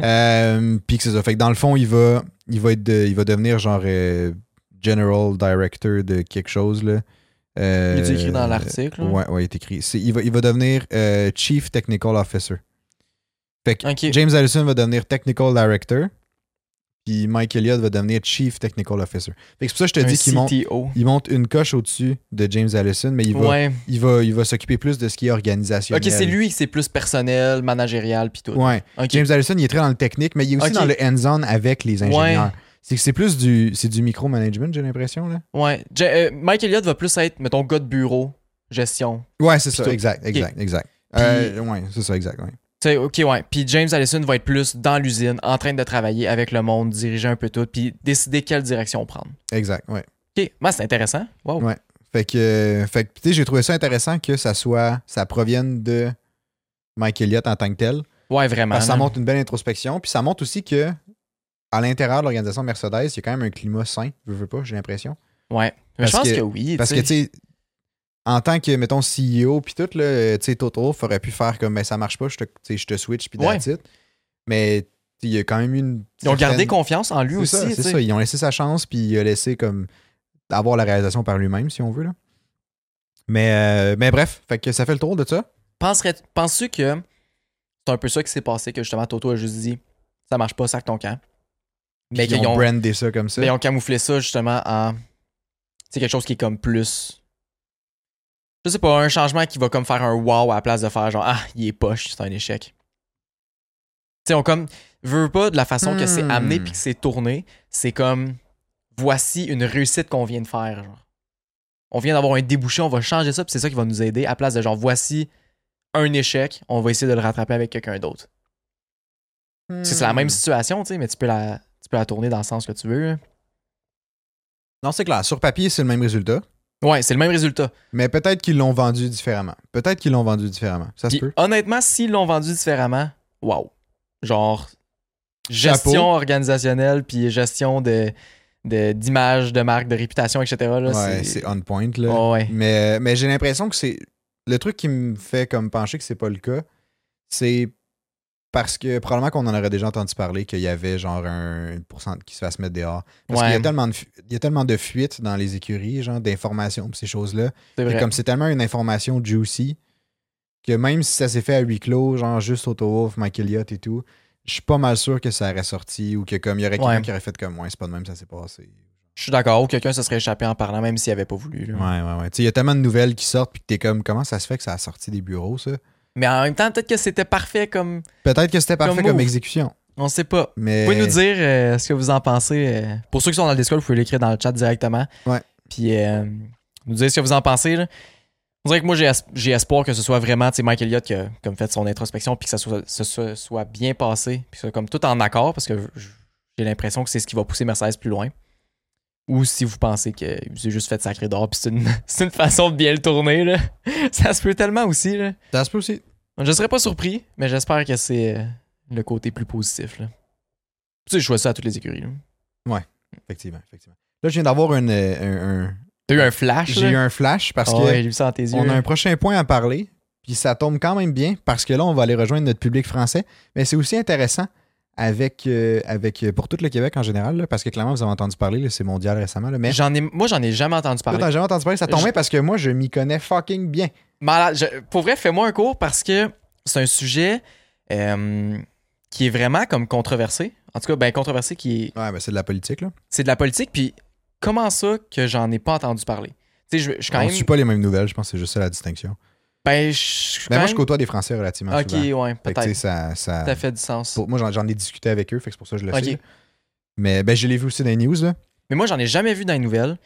S2: Euh, Puis que c'est ça. Fait que dans le fond, il va, il va, être de- il va devenir genre euh, General Director de quelque chose. Là. Euh,
S1: Il est écrit dans l'article. là.
S2: Ouais, ouais, il est écrit. C'est- il, va, il va devenir euh, Chief Technical Officer. Fait que
S1: Ok.
S2: James Allison va devenir Technical Director. Puis Mike Elliott va devenir Chief Technical Officer. Fait que c'est pour ça que je te
S1: Un
S2: dis qu'il monte,
S1: CTO.
S2: il monte une coche au-dessus de James Allison, mais il va,
S1: Ouais.
S2: il va, il va s'occuper plus de ce qui est organisationnel.
S1: Ok, c'est lui, c'est plus personnel, managérial, puis tout.
S2: Ouais.
S1: Ok.
S2: James Allison, il est très dans le technique, mais il est aussi
S1: Ok.
S2: dans le hands-on avec les ingénieurs.
S1: Ouais.
S2: C'est que c'est plus du, c'est du micromanagement, j'ai l'impression. là.
S1: Ouais. Ja- euh, Mike Elliott va plus être, mettons, gars de bureau, gestion,
S2: Ouais, c'est ça.
S1: tout.
S2: Exact, exact, exact.
S1: Puis-
S2: Euh, ouais, c'est ça, exact. ouais.
S1: Tu sais, ok, ouais. Puis James Allison va être plus dans l'usine, en train de travailler avec le monde, diriger un peu tout, puis décider quelle direction prendre.
S2: Exact, ouais.
S1: Ok, moi c'est intéressant. Wow.
S2: Ouais. Fait que, euh, fait que, tu sais, j'ai trouvé ça intéressant que ça soit, ça provienne de Mike Elliott en tant que tel.
S1: Ouais, vraiment.
S2: Parce que ça
S1: là.
S2: montre une belle introspection. Puis ça montre aussi que, à l'intérieur de l'organisation Mercedes, il y a quand même un climat sain. Je veux pas, j'ai l'impression.
S1: Ouais. Mais je
S2: Parce
S1: pense que,
S2: que-
S1: oui.
S2: Parce que, tu sais, en tant que, mettons, CEO, puis tout, là, euh, tu sais, Toto Wolff aurait pu faire comme, mais ça marche pas, je te, tu sais, je te switch, puis
S1: Ouais.
S2: that's it. Mais tu sais, il y a quand même une.
S1: Ils ont gardé
S2: certaine-
S1: confiance en lui aussi.
S2: C'est ça,
S1: tu
S2: C'est
S1: sais.
S2: ça, ils ont laissé sa chance, puis il a laissé comme avoir la réalisation par lui-même, si on veut. Là. Mais, euh, mais bref, fait que ça fait le tour de ça.
S1: Penserais- Penses-tu que c'est un peu ça qui s'est passé, que justement Toto a juste dit ça marche pas, sac ton camp Mais
S2: Ils
S1: qu'ils
S2: ont
S1: ont,
S2: brandé ça comme ça.
S1: mais ils ont camouflé ça justement en. C'est quelque chose qui est comme plus. Je sais pas, un changement qui va comme faire un wow à la place de faire genre ah, il est poche, c'est un échec. Tu sais, on comme. Veut pas de la façon que c'est
S2: Hmm.
S1: amené puis que c'est tourné, c'est comme voici une réussite qu'on vient de faire. genre. On vient d'avoir un débouché, on va changer ça, puis c'est ça qui va nous aider, à place de genre voici un échec, on va essayer de le rattraper avec quelqu'un d'autre.
S2: Hmm.
S1: Parce que C'est la même situation, tu sais, mais tu peux la, tu peux la tourner dans le sens que tu veux. hein.
S2: Non, c'est clair. Sur papier, c'est le même résultat.
S1: Ouais, c'est le même résultat.
S2: Mais peut-être qu'ils l'ont vendu différemment. Peut-être qu'ils l'ont vendu différemment. Ça se
S1: Puis,
S2: peut.
S1: honnêtement, s'ils l'ont vendu différemment, waouh. Genre, gestion
S2: Chapeau.
S1: organisationnelle, puis gestion de de- d'image, de, marque, de réputation, etc. là,
S2: Ouais,
S1: c'est- Oh.
S2: c'est on point. Là.
S1: Ouais, ouais.
S2: Mais, mais j'ai l'impression que c'est. Le truc qui me fait comme pencher que c'est pas le cas, c'est parce que probablement qu'on en aurait déjà entendu parler qu'il y avait genre un pourcent qui se fasse mettre dehors. Parce
S1: Ouais.
S2: qu'il y a tellement de fu- il y a tellement de fuites dans les écuries, genre d'informations pis ces choses-là.
S1: C'est
S2: Puis
S1: vrai.
S2: Comme c'est tellement une information juicy que même si ça s'est fait à huis clos, genre juste Auto Wolf, Michael Yacht et tout, je suis pas mal sûr que ça aurait sorti ou que comme il y aurait quelqu'un
S1: Ouais.
S2: qui aurait fait comme moi, c'est pas de même que ça s'est passé.
S1: Je suis d'accord. Ou quelqu'un se serait échappé en parlant, même s'il avait pas voulu. là.
S2: Ouais, ouais, ouais. Tu sais, il y a tellement de nouvelles qui sortent puis que t'es comme comment ça se fait que ça a sorti des bureaux, ça?
S1: Mais en même temps, peut-être que c'était parfait comme.
S2: Peut-être que c'était parfait
S1: Comme
S2: comme,
S1: move.
S2: exécution.
S1: On sait pas.
S2: Mais
S1: Vous pouvez nous dire euh, ce que vous en pensez. euh. Pour ceux qui sont dans le Discord, vous pouvez l'écrire dans le chat directement.
S2: Ouais.
S1: Puis euh, nous dire ce que vous en pensez. là. On dirait que moi, j'ai es- j'ai espoir que ce soit vraiment tu sais, Mike Elliott qui a comme fait son introspection puis que ça soit, ce soit- soit bien passé. Puis que ce soit comme tout en accord parce que j- j'ai l'impression que c'est ce qui va pousser Mercedes plus loin. Ou si vous pensez que vous avez juste fait sacré d'or puis c'est une, c'est une façon de bien le tourner. là. Ça se peut tellement aussi. Là.
S2: ça se peut aussi.
S1: Je serais pas surpris, mais j'espère que c'est euh, le côté plus positif. Là. Tu sais, je vois ça à toutes les écuries. là.
S2: Effectivement, effectivement. Là, je viens d'avoir une, euh, un- un-
S1: T'as eu un flash,
S2: J'ai
S1: là?
S2: eu un flash parce
S1: Ah
S2: que
S1: ouais, j'ai vu ça dans tes yeux.
S2: On a un prochain point à parler, puis ça tombe quand même bien parce que là, on va aller rejoindre notre public français. Mais c'est aussi intéressant avec, euh, avec euh, pour tout le Québec en général, là, parce que clairement, vous avez entendu parler, là, c'est mondial récemment. là, mais
S1: J'en ai... Moi, j'en ai jamais entendu
S2: Là,
S1: parler.
S2: t'as jamais entendu parler, ça tombe
S1: Je-
S2: bien parce que moi, je m'y connais fucking bien.
S1: Malade. Je- Pour vrai, fais-moi un cours parce que c'est un sujet euh, qui est vraiment comme controversé. En tout cas, ben controversé qui est...
S2: Ouais, mais c'est de la politique, là.
S1: C'est de la politique, puis comment ça que j'en ai pas entendu parler? Tu sais, je je suis quand
S2: on
S1: même...
S2: suit pas les mêmes nouvelles, je pense que c'est juste ça la distinction.
S1: Ben, je suis
S2: Mais
S1: quand
S2: moi, je
S1: même-
S2: côtoie des Français relativement
S1: Ok,
S2: souvent.
S1: ouais,
S2: Fait que, tu sais,
S1: peut-être.
S2: ça, ça-
S1: Ça fait du sens.
S2: pour- moi, j'en, j'en ai discuté avec eux, fait que c'est pour ça que je le
S1: Ok.
S2: sais. là. Mais ben, je l'ai vu aussi dans les news, là.
S1: Mais moi, j'en ai jamais vu dans les nouvelles,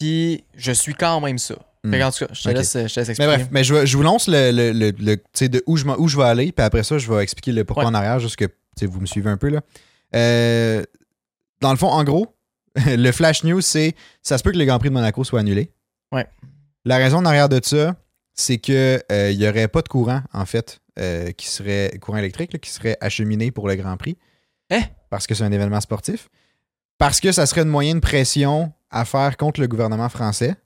S1: puis je suis quand même ça.
S2: Hmm.
S1: Fait qu'en tout cas, je te,
S2: Ok.
S1: laisse, je te laisse
S2: Mais
S1: expliquer.
S2: bref, mais je, vais- je vous lance le, le- le- le- tu sais, de où je, m'en- où je vais aller, puis après ça, je vais expliquer le pourquoi
S1: Ouais.
S2: en arrière, juste que tu sais, vous me suivez un peu. Là. Euh, dans le fond, en gros, le flash news, c'est ça se peut que les Grands Prix de Monaco soient annulés.
S1: Ouais.
S2: La raison en arrière de ça, c'est que euh, il n'y aurait pas de courant, en fait, euh, qui serait courant électrique, là, qui serait acheminé pour le Grand Prix.
S1: Hein?
S2: Parce que c'est un événement sportif. Parce que ça serait une moyenne pression à faire contre le gouvernement français.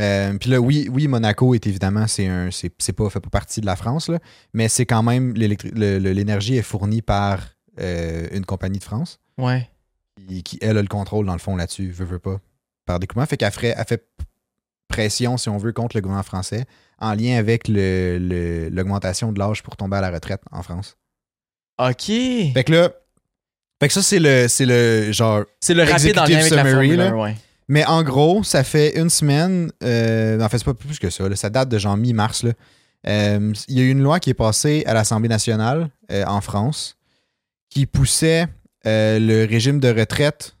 S2: Euh, Puis là, oui, oui, Monaco est évidemment, c'est un, c'est, c'est pas, fait pas partie de la France, là, mais c'est quand même, l'électri- le- le- l'énergie est fournie par euh, une compagnie de France
S1: Ouais.
S2: qui, qui, elle, a le contrôle, dans le fond, là-dessus, veut, veut pas, par découpement. Fait qu'elle ferait, elle fait pression, si on veut, contre le gouvernement français en lien avec le- le- l'augmentation de l'âge pour tomber à la retraite en France.
S1: OK.
S2: Fait que là, fait que ça, c'est le, c'est le genre.
S1: C'est le rapide en lien
S2: Executive
S1: avec la
S2: summary,
S1: Formule
S2: là.
S1: 1, ouais.
S2: Mais en gros, ça fait une semaine, euh, en fait, c'est pas plus que ça, là, ça date de genre mi-mars. là. Euh, Il y a eu une loi qui est passée à l'Assemblée nationale euh, en France qui poussait euh, le régime de retraite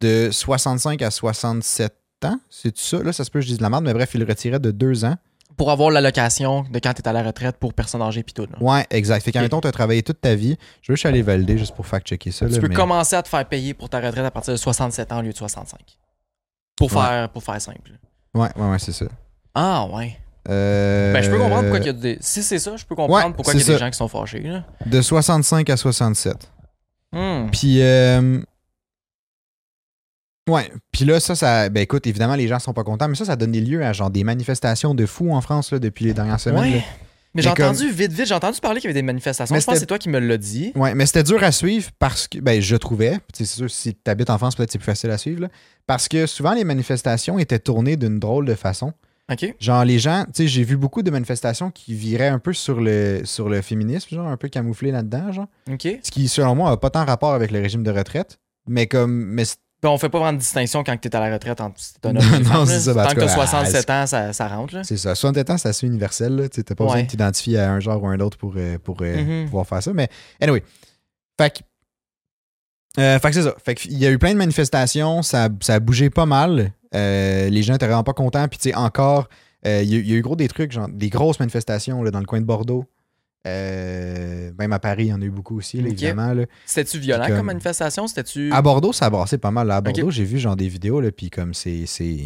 S2: de 65 à 67 ans. C'est ça? Là, ça se peut que je dise de la merde, mais bref, il le retirait de deux ans.
S1: Pour avoir l'allocation de quand t'es à la retraite pour personnes âgées pis tout. là.
S2: Ouais, exact. Fait qu'en
S1: Ok.
S2: même temps, tu as travaillé toute ta vie. Je veux juste aller valider juste pour fact-checker ça.
S1: Tu
S2: là,
S1: peux
S2: mais-
S1: commencer à te faire payer pour ta retraite à partir de 67 ans au lieu de 65. Pour
S2: Ouais.
S1: faire, pour faire simple.
S2: Ouais, ouais, ouais, c'est ça.
S1: Ah ouais.
S2: Euh,
S1: Ben je peux comprendre pourquoi il y a des. Si c'est ça, je peux comprendre
S2: Ouais,
S1: pourquoi il y a
S2: c'est
S1: des
S2: ça.
S1: gens qui sont fâchés. Là.
S2: De 65 à 67.
S1: Hmm.
S2: Puis, euh, ouais. Puis là, ça, ça. Ben écoute, évidemment, les gens sont pas contents, mais ça, ça donne des lieux à genre des manifestations de fous en France là, depuis les dernières semaines.
S1: Ouais.
S2: là.
S1: Mais j'ai
S2: Mais comme-
S1: entendu vite, vite, j'ai entendu parler qu'il y avait des manifestations.
S2: Mais
S1: je pense que
S2: c'était-
S1: c'est toi qui me l'as dit.
S2: Ouais, mais c'était dur à suivre parce que, ben, je trouvais, Puis c'est sûr, si tu habites en France, peut-être c'est plus facile à suivre, là. parce que souvent les manifestations étaient tournées d'une drôle de façon.
S1: OK.
S2: Genre, les gens, tu sais, j'ai vu beaucoup de manifestations qui viraient un peu sur le, sur le féminisme, genre, un peu camouflé là-dedans, genre.
S1: OK. Ben,
S2: Ce qui, selon moi, n'a pas tant rapport avec le régime de retraite, mais comme. Mais c'est-
S1: on fait pas vraiment de distinction quand t'es à la retraite entre si t'es un
S2: Non,
S1: homme ou une femme,
S2: non, c'est
S1: là.
S2: ça, ben, en
S1: Tant
S2: tout
S1: que t'as
S2: cas,
S1: 67 ans, ça, ça rentre. Là.
S2: c'est ça. 67 ans, c'est assez universel, là. Tu sais, t'as pas besoin
S1: Ouais.
S2: de t'identifier à un genre ou un autre pour, euh, pour euh,
S1: Mhm.
S2: pouvoir faire ça. Mais, anyway. Fait que. euh, fait que c'est ça. Fait qu'il y a eu plein de manifestations, ça, ça a bougé pas mal. Euh, les gens étaient vraiment pas contents. Puis, tu sais, encore, euh, il y, a- il y a eu gros des trucs, genre des grosses manifestations là, dans le coin de Bordeaux. Euh, même à Paris, il y en a eu beaucoup aussi, là,
S1: Ok.
S2: évidemment. là.
S1: C'était-tu violent
S2: Puis
S1: comme,
S2: comme-
S1: manifestation? C'était-tu.
S2: À Bordeaux, ça a brassé pas mal. là. À
S1: Ok.
S2: Bordeaux, j'ai vu genre des vidéos, là, puis comme c'est. c'est-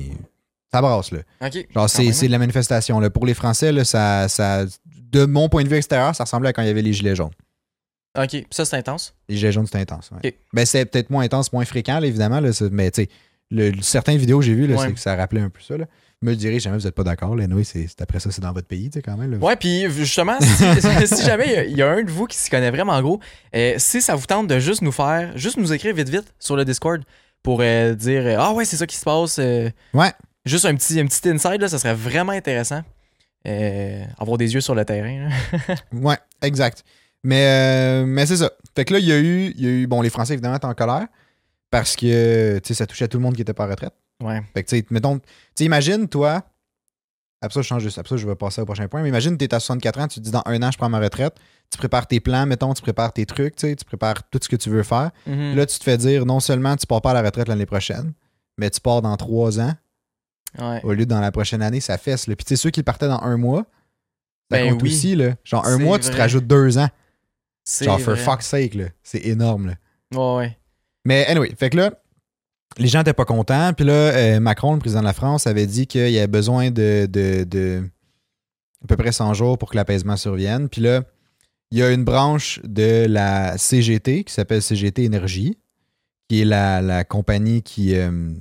S2: Ça brasse, là.
S1: OK.
S2: Ah, Genre,
S1: Quand
S2: c'est
S1: même,
S2: c'est de la manifestation. Là. Pour les Français, là, ça, ça, de mon point de vue extérieur, ça ressemblait à quand il y avait les Gilets jaunes.
S1: hein? OK. Ça, c'est intense.
S2: Les Gilets jaunes, c'était intense. ouais.
S1: Ok.
S2: Ben, c'est peut-être moins intense, moins fréquent, là, évidemment, là, ça- mais tu sais, le- le- certaines vidéos que j'ai vues, là,
S1: Ouais.
S2: c'est que ça rappelait un peu ça. Là. Me direz jamais vous n'êtes pas d'accord. Là, Noé, c'est c'est- après ça, c'est dans votre pays, tu sais, quand même. là.
S1: Ouais, puis justement, si, si jamais il y a- il y, a un de vous qui s'y connaît vraiment gros, euh, si ça vous tente de juste nous faire, juste nous écrire vite vite sur le Discord pour euh, dire euh, Ah ouais, c'est ça qui se passe. euh,
S2: Ouais.
S1: Juste un petit, un petit inside, là, ça serait vraiment intéressant. Euh, avoir des yeux sur le terrain. là.
S2: Ouais, exact. Mais, euh, mais c'est ça. Fait que là, il y a eu, il y a eu. Bon, les Français, évidemment, étaient en colère parce que tu sais, ça touchait tout le monde qui était pas en retraite.
S1: Ouais.
S2: Fait que, tu sais, mettons, tu sais, imagine, toi, après ça, je change juste, après ça, je vais passer au prochain point, mais imagine, tu es à 64 ans, tu te dis dans un an, je prends ma retraite, tu prépares tes plans, mettons, tu prépares tes trucs, tu sais, tu prépares tout ce que tu veux faire.
S1: Mhm.
S2: Là, tu te fais dire, non seulement tu pars pas à la retraite l'année prochaine, mais tu pars dans trois ans,
S1: Ouais.
S2: au lieu de dans la prochaine année, ça fesse. Là. Puis, tu sais, ceux qui partaient dans un mois, ça
S1: Ben
S2: compte
S1: oui.
S2: aussi, là. Genre, un
S1: C'est
S2: mois, tu te
S1: vrai.
S2: rajoutes deux ans.
S1: C'est
S2: Genre, for
S1: vrai.
S2: fuck's sake, là. C'est énorme, là.
S1: Ouais, ouais.
S2: Mais anyway, fait que là, les gens étaient pas contents. Puis là, euh, Macron, le président de la France, avait dit qu'il y avait besoin de, de, de à peu près 100 jours pour que l'apaisement survienne. Puis là, il y a une branche de la CGT qui s'appelle CGT Énergie, qui est la, la compagnie qui, euh,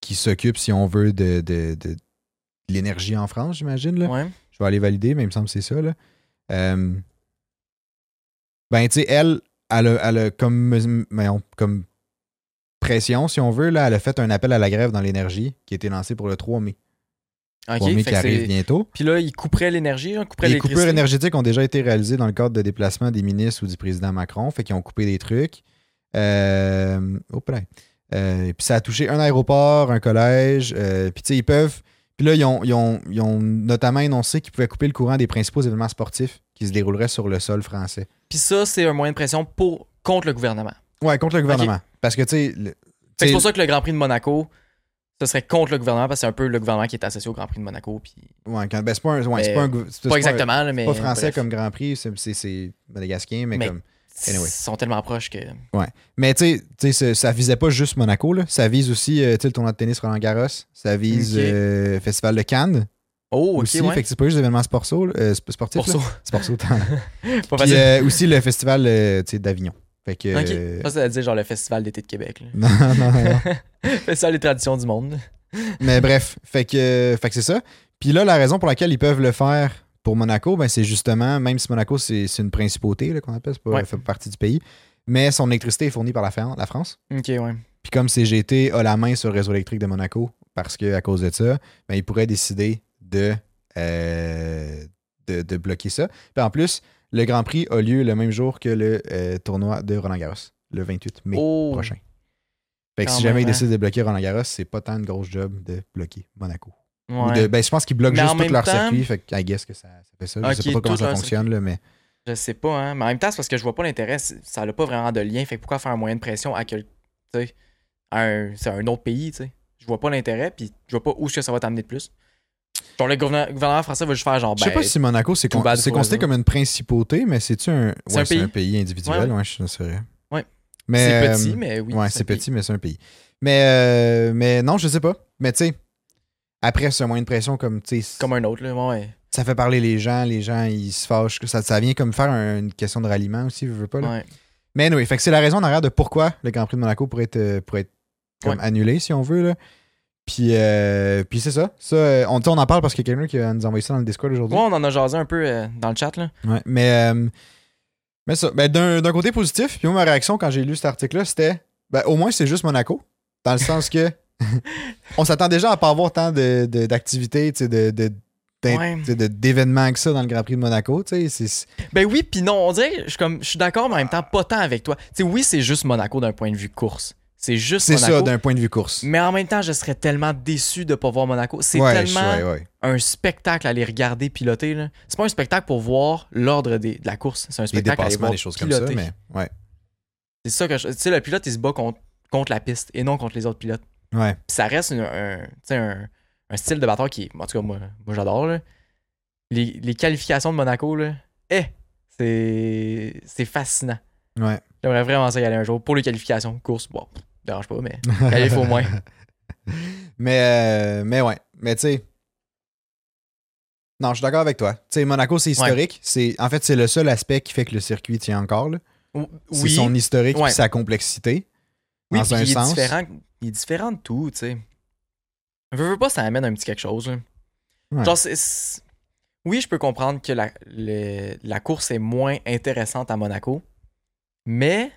S2: qui s'occupe, si on veut, de, de, de- de l'énergie en France, j'imagine. là.
S1: Ouais.
S2: Je vais aller valider, mais il me semble que c'est ça. Là. Euh, ben, tu sais, elle, elle a, elle a comme, mes- voyons, comme pression, si on veut, là, elle a fait un appel à la grève dans l'énergie qui a été lancé pour le 3 mai.
S1: Ok.
S2: 3 mai
S1: fait
S2: qui
S1: que
S2: arrive
S1: c'est-
S2: bientôt.
S1: Puis là, ils couperaient l'énergie, hein, couperaient
S2: Les coupures
S1: l'électricité.
S2: énergétiques ont déjà été réalisées dans le cadre de déplacements des ministres ou du président Macron, fait qu'ils ont coupé des trucs. Euh, oh, plein. Euh, puis ça a touché un aéroport, un collège. euh, puis tu sais, ils peuvent. Puis là, ils ont, ils ont- ils ont notamment énoncé qu'ils pouvaient couper le courant des principaux événements sportifs qui se dérouleraient sur le sol français.
S1: Puis ça, c'est un moyen de pression pour, contre le gouvernement.
S2: Ouais, contre le gouvernement. Parce que tu sais. le-
S1: Fait que C'est
S2: tu
S1: pour
S2: sais,
S1: ça que le Grand Prix de Monaco, ce serait contre le gouvernement parce que c'est un peu le gouvernement qui est associé au Grand Prix de Monaco. Puis...
S2: ouais, quand- ben, c'est pas un. ouais, c'est
S1: Mais
S2: pas un gou- c'est
S1: Pas
S2: un-
S1: exactement, là, mais.
S2: pas français
S1: bref.
S2: comme Grand Prix, c'est- c'est c'est madagascain, mais
S1: Mais-
S2: comme. Anyway.
S1: Ils sont tellement proches que.
S2: Mais tu sais- tu sais, ça- ça visait pas juste Monaco, là. ça vise aussi euh, tu sais, le tournoi de tennis Roland Garros, ça vise
S1: Ok.
S2: euh, le Festival de Cannes
S1: Oh, ok,
S2: aussi. Fait
S1: ouais.
S2: que c'est pas juste des événements sportso- euh, sp- sportifs.
S1: Pour
S2: là.
S1: ça.
S2: Sportso, tant.
S1: Pas
S2: Puis
S1: facile.
S2: euh, aussi le Festival euh, tu sais, d'Avignon. Fait que.
S1: Ok.
S2: euh,
S1: Ça, ça veut dire genre le Festival d'été de Québec.
S2: non, non, non.
S1: Là. Festival des traditions du monde.
S2: Mais bref, fait que, euh, fait que c'est ça. Puis là, la raison pour laquelle ils peuvent le faire pour Monaco, ben, c'est justement, même si Monaco, c'est c'est une principauté là, qu'on appelle, c'est pas,
S1: Ouais.
S2: fait pas partie du pays, mais son électricité est fournie par la, Fran- la France.
S1: Ok, ouais.
S2: Puis comme CGT a la main sur le réseau électrique de Monaco, parce que à cause de ça, ben, il pourrait décider de, euh, de, de bloquer ça. Puis en plus, le Grand Prix a lieu le même jour que le euh, tournoi de Roland Garros, le 28 mai
S1: oh.
S2: prochain. Fait que
S1: Quand
S2: si jamais
S1: même,
S2: il
S1: hein.
S2: décide de bloquer Roland Garros, c'est pas tant une grosse job de bloquer Monaco. Ou
S1: Ouais.
S2: de- ben, je pense qu'ils bloquent
S1: Mais en
S2: juste tout
S1: même
S2: leur
S1: temps-
S2: circuit, fait que I guess que ça, ça fait ça. Je
S1: Ok,
S2: sais pas
S1: tout
S2: comment ça
S1: leur
S2: fonctionne, là, mais
S1: Je sais pas, hein. Mais en même temps, c'est parce que je vois pas l'intérêt. C'est- Ça n'a pas vraiment de lien. Fait que pourquoi faire un moyen de pression à quel. Tu sais, à un- c'est un autre pays, tu sais. Je vois pas l'intérêt, puis je vois pas où est-ce que ça va t'amener de plus. Genre, le gouvernement, gouvernement français va juste faire genre.
S2: je sais
S1: ben,
S2: pas si Monaco, c'est
S1: too
S2: con-
S1: bad
S2: c'est
S1: for
S2: considéré
S1: them.
S2: comme une principauté, mais c'est-tu un...
S1: C'est
S2: ouais,
S1: un
S2: c'est un
S1: pays.
S2: pays individuel,
S1: Ouais,
S2: ouais,
S1: ouais.
S2: je suis sûr.
S1: Ouais.
S2: Mais,
S1: c'est petit,
S2: euh,
S1: mais oui.
S2: ouais,
S1: un
S2: c'est
S1: pays.
S2: petit, mais c'est un pays. Mais, euh, mais non, je sais pas. Mais tu sais, après, c'est un moyen de pression comme, tu sais,
S1: Comme un autre, là. Ouais.
S2: ça fait parler les gens, les gens, ils se fâchent. Ça, ça vient comme faire un- une question de ralliement aussi, je veux pas, là.
S1: ouais.
S2: Mais oui, fait que c'est la raison en arrière de pourquoi le Grand Prix de Monaco pourrait être, euh, pourrait être comme
S1: Ouais.
S2: annulé, si on veut. Là. Puis, euh, puis c'est ça. ça euh, on, tu sais, on en parle parce qu'il y a quelqu'un qui a- nous a envoyé ça dans le Discord aujourd'hui.
S1: Ouais, on en a jasé un peu euh, dans le chat, là.
S2: Ouais, mais, euh, mais ça, ben, d'un d'un côté positif, puis moi, ma réaction quand j'ai lu cet article-là, c'était ben, au moins, c'est juste Monaco. Dans le sens que, On s'attend déjà à pas avoir tant de- de- d'activités, de, de, de, d'in-
S1: Ouais.
S2: tu sais, de- d'événements que ça dans le Grand Prix de Monaco. tu sais, c'est-
S1: Ben oui, puis non, on dirait, je suis comme, je suis d'accord, mais en même temps, pas tant avec toi. Tu sais, oui, c'est juste Monaco d'un point de vue course. C'est juste
S2: C'est
S1: Monaco.
S2: ça, d'un point de vue course.
S1: mais en même temps, je serais tellement déçu de pas voir Monaco. C'est
S2: Ouais, je-
S1: tellement
S2: ouais, ouais.
S1: un spectacle à aller regarder piloter. là. C'est pas un spectacle pour voir l'ordre des- de la course. C'est un
S2: Les
S1: spectacle à aller
S2: dépassements,
S1: voir
S2: des choses comme
S1: piloter.
S2: ça. Mais, ouais.
S1: C'est ça que je... Tu sais, le pilote, il se bat contre, contre la piste et non contre les autres pilotes.
S2: Ouais.
S1: Puis ça reste une- un, tu sais, un, un style de bataille qui, en tout cas, moi, moi j'adore. là. Les, les qualifications de Monaco, là, eh, c'est c'est fascinant.
S2: Ouais.
S1: J'aimerais vraiment ça y aller un jour. Pour les qualifications, course, bon, pff, dérange pas, mais qualif au moins.
S2: Mais, euh, mais ouais. Mais tu sais. Non, je suis d'accord avec toi. Tu sais, Monaco, c'est historique. C'est, en fait, c'est le seul aspect qui fait que le circuit tient encore. là.
S1: Ou-
S2: C'est
S1: Oui,
S2: son historique et
S1: Ouais.
S2: sa complexité.
S1: oui
S2: dans
S1: puis
S2: un
S1: il, est
S2: sens.
S1: différent, il est différent de tout, tu sais. Veux, veux pas, ça amène un petit quelque chose. là.
S2: Ouais.
S1: Genre, c'est- c'est- oui, je peux comprendre que la, le- la course est moins intéressante à Monaco, mais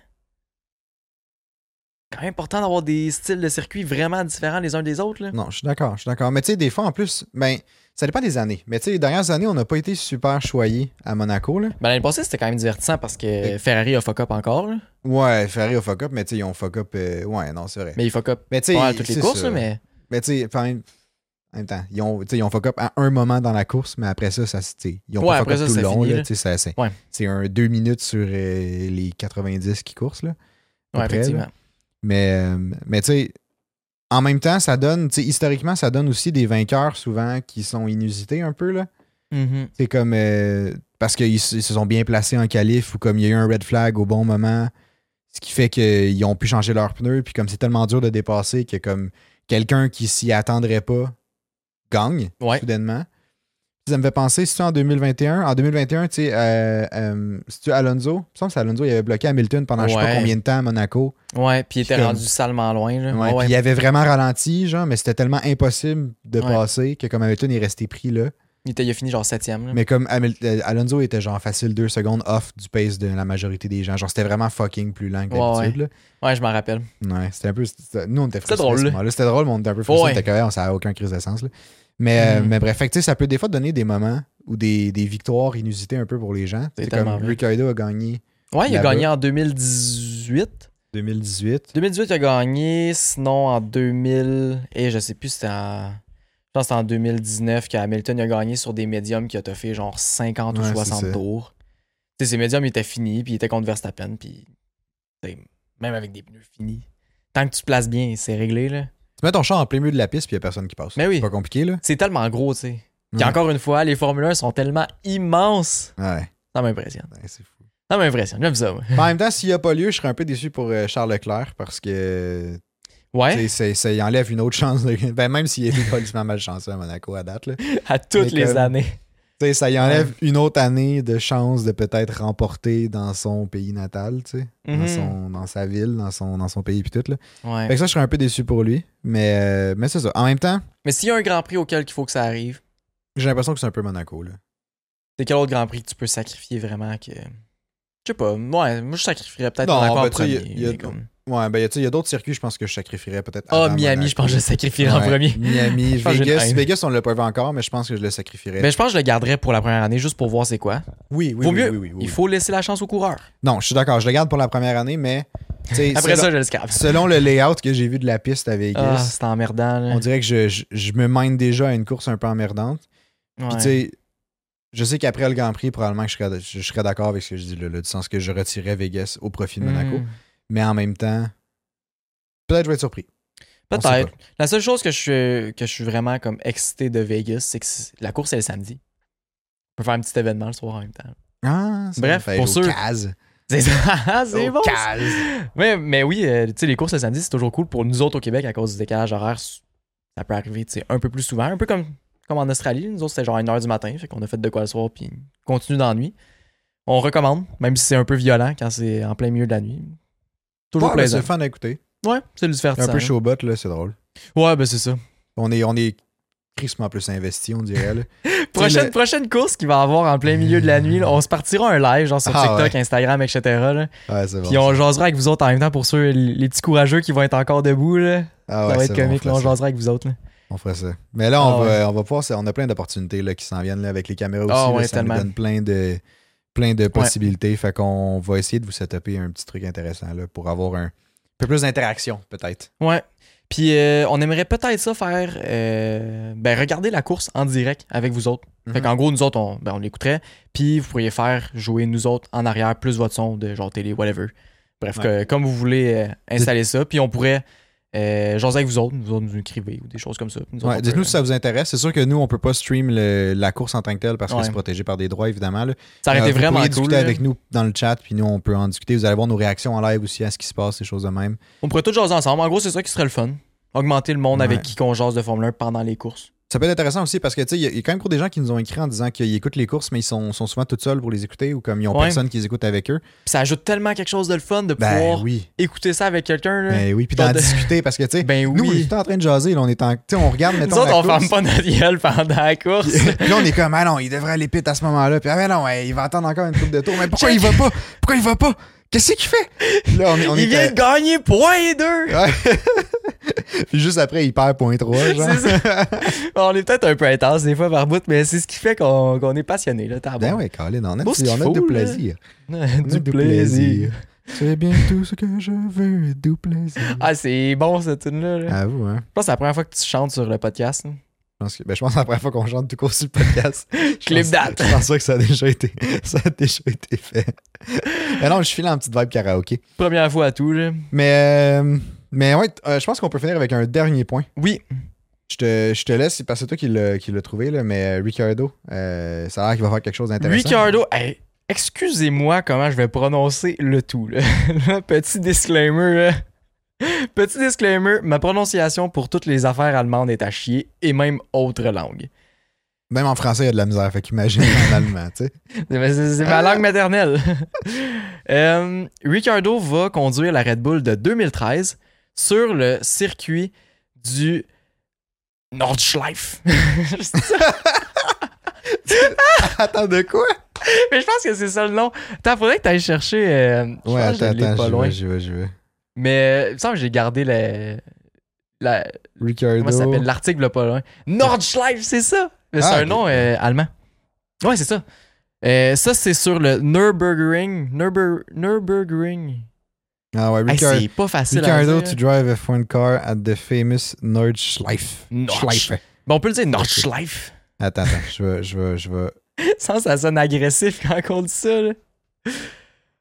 S1: quand même important d'avoir des styles de circuit vraiment différents les uns des autres. Là.
S2: Non, je suis d'accord, je suis d'accord. Mais tu sais, des fois, en plus, ben, ça dépend des années. Mais tu sais, les dernières années, on n'a pas été super choyés à Monaco. Là.
S1: Ben, L'année passée, c'était quand même divertissant parce que Ferrari a fuck up encore, là.
S2: Ouais, Ferrari a fuck up, mais tu sais, ils ont fuck up. euh, ouais, non, c'est vrai.
S1: mais il fuck up
S2: Mais tu
S1: pas
S2: sais,
S1: mal toutes les
S2: c'est
S1: courses,
S2: ça.
S1: là, mais
S2: Mais tu sais, en même en même temps, ils ont, tu sais, ils ont fuck up à un moment dans la course, mais après ça, ça se- tu sais, ils ont
S1: Ouais,
S2: pas fuck
S1: après
S2: up
S1: ça,
S2: tout
S1: ça
S2: le long.
S1: finit,
S2: là,
S1: là.
S2: tu sais, ça- C'est
S1: Ouais.
S2: c'est un deux minutes sur euh, les 90 qui coursent. Là, à peu
S1: ouais,
S2: près, là.
S1: effectivement.
S2: Mais, euh, mais tu sais, en même temps, ça donne, tu sais, historiquement, ça donne aussi des vainqueurs souvent qui sont inusités un peu. là.
S1: Mhm.
S2: C'est comme euh, parce qu'ils s- ils se sont bien placés en qualif ou comme il y a eu un red flag au bon moment, ce qui fait qu'ils ont pu changer leurs pneus. Puis comme c'est tellement dur de dépasser que comme quelqu'un qui s'y attendrait pas gagne
S1: Ouais.
S2: soudainement. Ça me fait penser, si tu en 2021, en 2021, tu sais, euh, euh, c'est-tu Alonso, il me semble que c'est Alonso, il avait bloqué Hamilton pendant je sais pas
S1: Ouais.
S2: combien de temps à Monaco.
S1: Ouais, puis il
S2: Puis
S1: était
S2: comme-
S1: rendu salement loin. Là.
S2: Ouais,
S1: Ouais,
S2: puis
S1: ouais.
S2: il avait vraiment ralenti, genre, mais c'était tellement impossible de
S1: Ouais.
S2: passer que comme Hamilton est resté pris là.
S1: Il, était, il a fini genre septième. là.
S2: Mais comme Hamil- euh, Alonso était genre facile deux secondes off du pace de la majorité des gens, genre c'était vraiment fucking plus lent que
S1: Ouais,
S2: d'habitude.
S1: Ouais, je m'en rappelle.
S2: là. Ouais, c'était un peu. c'était- Nous on était
S1: C'était
S2: frustrés. à ce
S1: drôle, là.
S2: moment-là. C'était drôle, mais on était un peu frustrés.
S1: Ouais.
S2: on était comme, Hey, on savait aucun crise de sens. là. Mais, euh,
S1: Mhm.
S2: mais bref, fait que, tu sais, ça peut des fois donner des moments ou des, des victoires inusitées un peu pour les gens.
S1: C'est
S2: C'est
S1: tellement
S2: comme
S1: vrai.
S2: Ricardo a gagné
S1: Ouais, il a
S2: Là-bas.
S1: gagné en 2018.
S2: 2018.
S1: 2018, il a gagné, sinon en 2000. Et je sais plus, c'était en. Je pense que c'était en 2019 qu'Hamilton a gagné sur des médiums qui a toffé genre 50
S2: Ouais,
S1: ou
S2: c'est
S1: 60
S2: ça.
S1: tours. Tu sais, ces médiums ils étaient finis, puis ils étaient contre Verstappen, puis. tu sais, Même avec des pneus finis. Tant que tu te places bien, c'est réglé, là.
S2: Tu mets ton char en plein milieu de la piste, puis il n'y a personne qui passe.
S1: Mais oui.
S2: C'est pas compliqué, là.
S1: C'est tellement gros, tu sais. Puis
S2: Ouais.
S1: encore une fois, les Formule 1 sont tellement immenses.
S2: Ouais,
S1: Ça m'impressionne.
S2: Ouais, c'est fou.
S1: Ça m'impressionne. J'aime ça, moi.
S2: Mais En même temps, s'il n'y a pas lieu, je serais un peu déçu pour euh, Charles Leclerc parce que euh, tu
S1: Ouais,
S2: sais, c'est- ça y enlève une autre chance. de- Ben, même s'il est mal malchanceux à Monaco à date, là. Tu
S1: à toutes
S2: mais
S1: les
S2: comme-
S1: années.
S2: sais, ça y enlève une autre année de chance de peut-être remporter dans son pays natal, tu sais, dans,
S1: Mhm.
S2: son- dans sa ville, dans son, dans son pays, puis tout. Là.
S1: Ouais.
S2: Fait que ça, je serais un peu déçu pour lui. Mais, euh, mais c'est ça. En même temps,
S1: Mais s'il y a un Grand Prix auquel il faut que ça arrive,
S2: j'ai l'impression que c'est un peu Monaco. Là.
S1: c'est quel autre Grand Prix que tu peux sacrifier vraiment que. Je sais pas, ouais, moi je sacrifierais peut-être
S2: Non,
S1: Monaco
S2: ben,
S1: en
S2: tu sais,
S1: premier.
S2: il y a-
S1: mais comme-
S2: Ouais, ben, y a- tu sais, il y a d'autres circuits, je pense que je sacrifierais peut-être.
S1: Ah,
S2: avant
S1: Miami,
S2: Monaco.
S1: je pense que je le sacrifierais en
S2: Ouais,
S1: premier.
S2: Miami,
S1: Je pense que j'ai une
S2: Vegas.
S1: haine.
S2: Vegas, on ne l'a pas vu encore, mais je pense que je le sacrifierais.
S1: Mais je pense que je le garderais pour la première année juste pour voir c'est quoi.
S2: oui, oui,
S1: Vaut
S2: oui,
S1: mieux,
S2: oui, oui, oui,
S1: il faut laisser la chance aux coureurs.
S2: Non, je suis d'accord. Je le garde pour la première année, mais tu sais,
S1: Après
S2: selon,
S1: ça, je le scrape.
S2: selon le layout que j'ai vu de la piste à
S1: Ah,
S2: Vegas,
S1: c'est emmerdant. Là.
S2: on dirait que je, je- je me mène déjà à une course un peu emmerdante. Puis
S1: Ouais.
S2: tu sais, je sais qu'après le Grand Prix, probablement que je serais, je serais d'accord avec ce que je dis là, là, du sens que je retirais Vegas au profit de Monaco.
S1: Hmm.
S2: Mais en même temps, peut-être que je vais être surpris. On sait
S1: Peut-être. La seule chose que je, suis- que je suis vraiment comme excité de Vegas, c'est que c'est- la course est le samedi. On peut faire un petit événement le soir en même temps.
S2: Ah, ça
S1: Bref,
S2: fait
S1: pour
S2: au
S1: ceux-
S2: Caz.
S1: C'est ça, c'est
S2: Au
S1: bon. ça.
S2: Caz.
S1: Mais, mais oui, euh, tu sais, les courses le samedi, c'est toujours cool pour nous autres au Québec à cause du décalage horaire. s- Ça peut arriver, tu sais, un peu plus souvent. Un peu comme, comme en Australie. Nous autres, c'était genre 1h du matin. Fait qu'on a fait de quoi le soir, puis on continue dans la nuit. On recommande, même si c'est un peu violent quand c'est en plein milieu de la nuit. Toujours
S2: Ouais, ben,
S1: plaisant.
S2: c'est fun à écouter.
S1: ouais, c'est du
S2: Un
S1: divertissant.
S2: peu
S1: là.
S2: showbot, là, c'est drôle.
S1: Ouais, ben c'est ça.
S2: On est, on est crissement plus investi, on dirait. là.
S1: Prochaine,
S2: le-
S1: prochaine course qu'il va avoir en plein milieu de la nuit, là, on se partira un live, genre sur
S2: Ah,
S1: TikTok, Instagram, etc. là.
S2: Ouais, c'est bon.
S1: Puis on jasera avec vous autres en même temps pour ceux, les petits courageux qui vont être encore debout. là. Ça
S2: Ah ouais,
S1: va
S2: c'est
S1: être
S2: bon,
S1: comique,
S2: on
S1: là, on
S2: fera ça.
S1: jasera avec vous autres. là.
S2: On fera ça. Mais là, on,
S1: Ah
S2: va, on va pouvoir. On a plein d'opportunités là, qui s'en viennent là, avec les caméras aussi.
S1: Ah
S2: là,
S1: ouais,
S2: ça nous
S1: tellement.
S2: donne plein de, plein de possibilités. Fait qu'on va essayer de vous setuper un petit truc intéressant là, pour avoir un peu plus d'interaction, peut-être.
S1: Ouais. Puis euh, on aimerait peut-être ça faire. euh, ben, regarder la course en direct avec vous autres. Fait
S2: Mhm.
S1: qu'en gros, nous autres, on, ben, on l'écouterait. Puis vous pourriez faire jouer nous autres en arrière, plus votre son de genre télé, whatever. Bref,
S2: Ouais.
S1: que- comme vous voulez euh, installer ça. Puis on pourrait. Euh, jaser avec vous autres, vous autres nous écrivez ou des choses comme ça. Nous autres,
S2: Ouais,
S1: on
S2: Dites-nous
S1: peut-
S2: si ça vous intéresse. C'est sûr que nous, on peut pas stream le- la course en tant que telle parce que
S1: Ouais.
S2: c'est protégé par des droits, évidemment. là.
S1: ça aurait
S2: Euh,
S1: été
S2: vous
S1: vraiment
S2: pourriez
S1: cool.
S2: discuter
S1: là.
S2: avec nous dans le chat, puis nous, on peut en discuter. Vous allez voir nos réactions en live aussi à ce qui se passe, ces choses de même.
S1: On pourrait tout jaser ensemble. En gros, c'est ça qui serait le fun. Augmenter le monde
S2: Ouais.
S1: avec qui qu'on jase de Formule 1 pendant les courses.
S2: Ça peut être intéressant aussi parce que, tu sais, il y a- il y, a quand même beaucoup des gens qui nous ont écrit en disant qu'ils écoutent les courses, mais ils sont, sont souvent tout seuls pour les écouter ou comme ils ont
S1: Ouais.
S2: personne qui les écoute avec eux.
S1: Puis ça ajoute tellement quelque chose de le fun de
S2: Ben
S1: pouvoir
S2: oui.
S1: écouter ça avec quelqu'un. là.
S2: Ben oui, puis
S1: Pas
S2: d'en
S1: de-
S2: discuter parce que, tu sais,
S1: Ben
S2: nous, on est
S1: oui.
S2: tout le temps en train de jaser. Là, on est en, tu sais, on regarde, mettons.
S1: Nous autres,
S2: la
S1: on ferme
S2: course.
S1: pas notre gueule pendant la course.
S2: Puis là, on est comme, ah non, il devrait aller pit à ce moment-là. Puis ah mais non, ouais, il va attendre encore une coupe de tour. Mais pourquoi il va pas? Pourquoi il va pas? Qu'est-ce qu'il fait? Là, on est, on
S1: Il
S2: est
S1: vient de gagner point et deux.
S2: Puis juste après, il perd point 3, genre.
S1: C'est ça. on est peut-être un peu intense des fois par bout, mais c'est ce qui fait qu'on qu'on est passionné. Là, t'as
S2: Ben
S1: bon.
S2: ouais, Colin, on a,
S1: Beau
S2: du-
S1: ce
S2: on
S1: qu'il
S2: a
S1: faut,
S2: du
S1: là.
S2: plaisir. On a
S1: du plaisir.
S2: C'est bien tout ce que je veux, du plaisir.
S1: Ah, c'est bon cette tune-là. là.
S2: À vous, hein.
S1: Je pense que c'est la première fois que tu chantes sur le podcast. hein.
S2: Je pense que, ben, je pense que c'est la première fois qu'on chante tout court sur le podcast.
S1: Clip date.
S2: Je pense pas que ça a déjà été, ça a déjà été fait. Mais non, je file en petite vibe karaoké.
S1: Première fois à tout. là.
S2: Mais, euh, mais ouais, t- euh, je pense qu'on peut finir avec un dernier point.
S1: Oui,
S2: Je te, je te laisse, c'est parce que c'est toi qui l'as qui l'as trouvé, là, mais euh, Ricardo, euh, ça a l'air qu'il va faire quelque chose d'intéressant.
S1: Ricardo. Hey, excusez-moi comment je vais prononcer le tout. là. Là, petit disclaimer. là. Petit disclaimer, ma prononciation pour toutes les affaires allemandes est à chier et même autre langue.
S2: Même en français, il y a de la misère, fait qu'imagine en allemand, tu sais.
S1: C'est c'est-
S2: Ah!
S1: c'est ma langue maternelle. Euh, Ricardo va conduire la Red Bull de 2013 sur le circuit du Nordschleife.
S2: Attends, de quoi?
S1: Mais je pense que c'est ça le nom. Attends, faudrait que t'ailles chercher. euh, je
S2: Ouais,
S1: pense que
S2: attends,
S1: je l'ai
S2: attends,
S1: pas
S2: je
S1: loin.
S2: vais, je vais, je vais.
S1: Mais euh, il me semble que j'ai gardé la. la
S2: Ricardo.
S1: comment ça s'appelle L'article là, pas loin. Nordschleife, c'est ça Mais C'est
S2: Ah,
S1: un
S2: ok.
S1: nom euh, allemand. Ouais, c'est ça. Euh, ça, c'est sur le Nürburgring. Nürburg- Nürburgring.
S2: Ah ouais,
S1: Hey,
S2: Ricardo.
S1: c'est pas facile à
S2: Ricardo
S1: dire.
S2: to drive a F1 car at the famous Nordschleife.
S1: Nordschleife. Bon, on peut le dire Nordschleife.
S2: Attends, attends, je vais, je vais, je vais.
S1: Ça, ça sonne agressif quand on dit ça. là.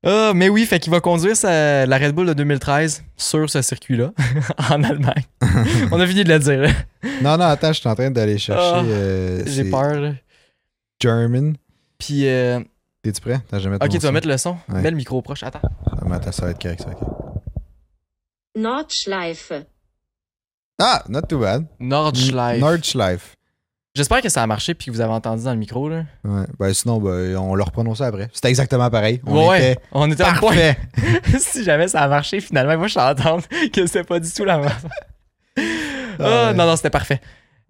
S1: Ah, mais oui, fait qu'il va conduire sa- la Red Bull de 2013 sur ce circuit-là, en Allemagne. on a fini de le dire. là.
S2: Non, non, attends, je suis en train d'aller chercher.
S1: Ah,
S2: euh,
S1: J'ai
S2: c'est
S1: peur. là.
S2: German.
S1: Puis, euh,
S2: T'es-tu prêt? Attends, je vais mettre
S1: ok,
S2: mon
S1: tu vas
S2: son.
S1: mettre le son.
S2: Ouais.
S1: Mets le micro proche. Attends.
S2: Ah, mais attends, ça va être correct, ça va être correct.
S3: Nordschleife.
S2: Ah, not too bad.
S1: Nordschleife.
S2: Nordschleife.
S1: J'espère que ça a marché puis que vous avez entendu dans le micro. Là.
S2: Ouais, ben sinon, ben, on leur prononçait après. C'était exactement pareil. On
S1: ouais,
S2: était
S1: on était à point. Mm.
S2: parfait.
S1: si jamais ça a marché, finalement, moi, je suis en attente que c'était pas du tout la même. affaire. Ah,
S2: ouais.
S1: Non, non, c'était parfait.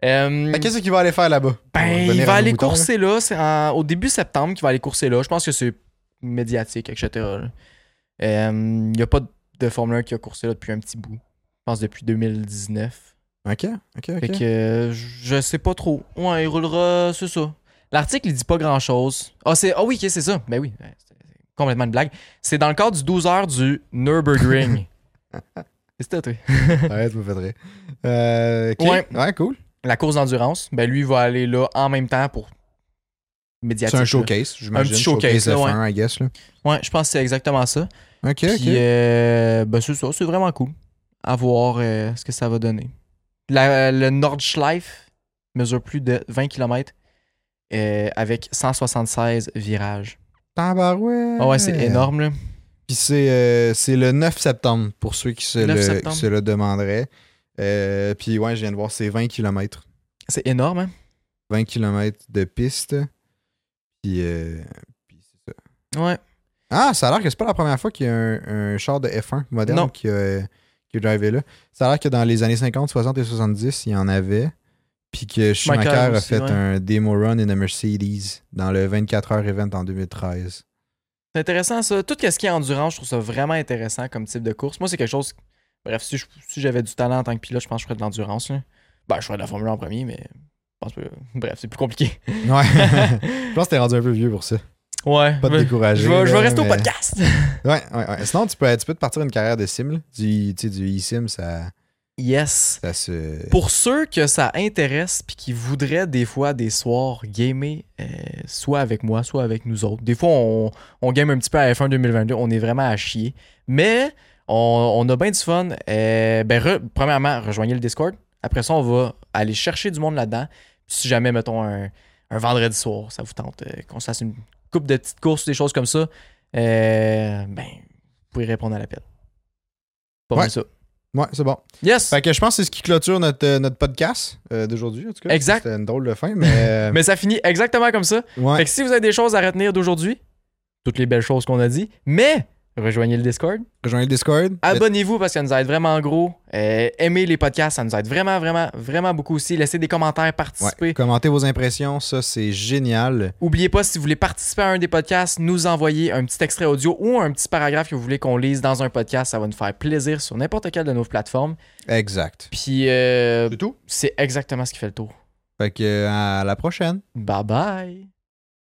S1: Euh,
S2: Fait que ben, Qu'est-ce qu'il va aller faire là-bas?
S1: Ben,
S2: Revenir
S1: il
S2: à
S1: va
S2: nos
S1: aller
S2: moutons, là.
S1: courser là. C'est en- au début septembre qu'il va aller courser là. Je pense que c'est médiatique, etc. là. Euh, Il n'y a pas de Formule 1 qui a coursé là depuis un petit bout. Je pense depuis 2019.
S2: Ok, ok, ok.
S1: Fait que euh, je je sais pas trop. Ouais, il roulera, c'est ça. L'article, il dit pas grand chose. Ah, c'est. Ah oui, ok, c'est ça. Ben oui, ouais, c'est c'est complètement une blague. C'est dans le cadre du 12h du Nürburgring. C'était toi.
S2: Arrête, je me fais rire. Euh, ok.
S1: Ouais.
S2: ouais, cool.
S1: La course d'endurance, ben lui, il va aller là en même temps pour.
S2: C'est
S1: médiatique.
S2: un
S1: là.
S2: showcase, j'imagine.
S1: Un petit showcase, là,
S2: F1, I guess. Là.
S1: Ouais, je pense que c'est exactement ça.
S2: Ok,
S1: Puis,
S2: ok.
S1: euh, ben, c'est ça, c'est vraiment cool. À voir euh, ce que ça va donner. La- le Nordschleife mesure plus de 20 km avec 176 virages.
S2: Tabarouette.
S1: Ah ouais, c'est énorme. Là.
S2: Puis c'est euh, c'est le 9 septembre pour ceux qui se,
S1: 9
S2: le,
S1: septembre.
S2: qui se le demanderaient. Euh, puis ouais, je viens de voir, c'est 20 km.
S1: C'est énorme. Hein?
S2: 20 km de piste. Puis, euh, puis c'est ça.
S1: Ouais.
S2: Ah, ça a l'air que c'est pas la première fois qu'il y a un, un char de F1 moderne
S1: Non.
S2: qui a, qui a drivé là. Ça a l'air que dans les années 50, 60 et 70, il y en avait. Puis que Schumacher a
S1: aussi,
S2: fait
S1: ouais.
S2: un demo run in a Mercedes dans le 24 heures event en 2013.
S1: C'est intéressant ça. Tout ce qui est endurance, je trouve ça vraiment intéressant comme type de course. Moi, c'est quelque chose Bref, si, je- si j'avais du talent en tant que pilote, je pense que je ferais de l'endurance. là. Ben, je ferais de la Formule 1 en premier, mais je pense que. Bref, c'est plus compliqué.
S2: Ouais. je pense que t'es rendu un peu vieux pour ça.
S1: Ouais.
S2: Pas te
S1: mais-
S2: décourager.
S1: je vais, je vais
S2: là,
S1: rester au
S2: mais-
S1: podcast.
S2: Ouais, ouais, ouais. Sinon, tu peux, tu peux te partir une carrière de sim. là. Du, tu sais, du e-sim, ça,
S1: Yes.
S2: ça se.
S1: Pour ceux que ça intéresse puis qui voudraient des fois des soirs gamer, euh, soit avec moi, soit avec nous autres. Des fois, on, on game un petit peu à F1 2022, on est vraiment à chier. Mais on, on a bien du fun. Euh, ben, re- premièrement, rejoignez le Discord. Après ça, on va aller chercher du monde là-dedans. Puis si jamais, mettons, un, un vendredi soir, ça vous tente euh, qu'on se fasse une coupe de petites courses, des choses comme ça, euh, ben, vous pouvez répondre à l'appel. Pas mal
S2: Ouais.
S1: ça.
S2: Ouais, c'est bon.
S1: Yes!
S2: Fait que je pense que c'est ce qui clôture notre, euh, notre podcast euh, d'aujourd'hui, en tout cas.
S1: Exact.
S2: C'était une drôle de fin, mais. euh,
S1: Mais ça finit exactement comme ça.
S2: ouais.
S1: Fait que si vous avez des choses à retenir d'aujourd'hui, toutes les belles choses qu'on a dit, mais rejoignez le Discord,
S2: Rejoignez le Discord.
S1: abonnez-vous parce que ça nous aide vraiment gros. Euh, aimez les podcasts, ça nous aide vraiment, vraiment, vraiment beaucoup aussi. Laissez des commentaires, participez.
S2: Ouais, Commentez vos impressions, ça c'est génial.
S1: Oubliez pas, si vous voulez participer à un des podcasts, nous envoyer un petit extrait audio ou un petit paragraphe que vous voulez qu'on lise dans un podcast. Ça va nous faire plaisir sur n'importe quelle de nos plateformes.
S2: Exact.
S1: Puis, euh,
S2: C'est tout.
S1: c'est exactement ce qui fait le tour.
S2: Fait que euh, à la prochaine.
S1: Bye bye!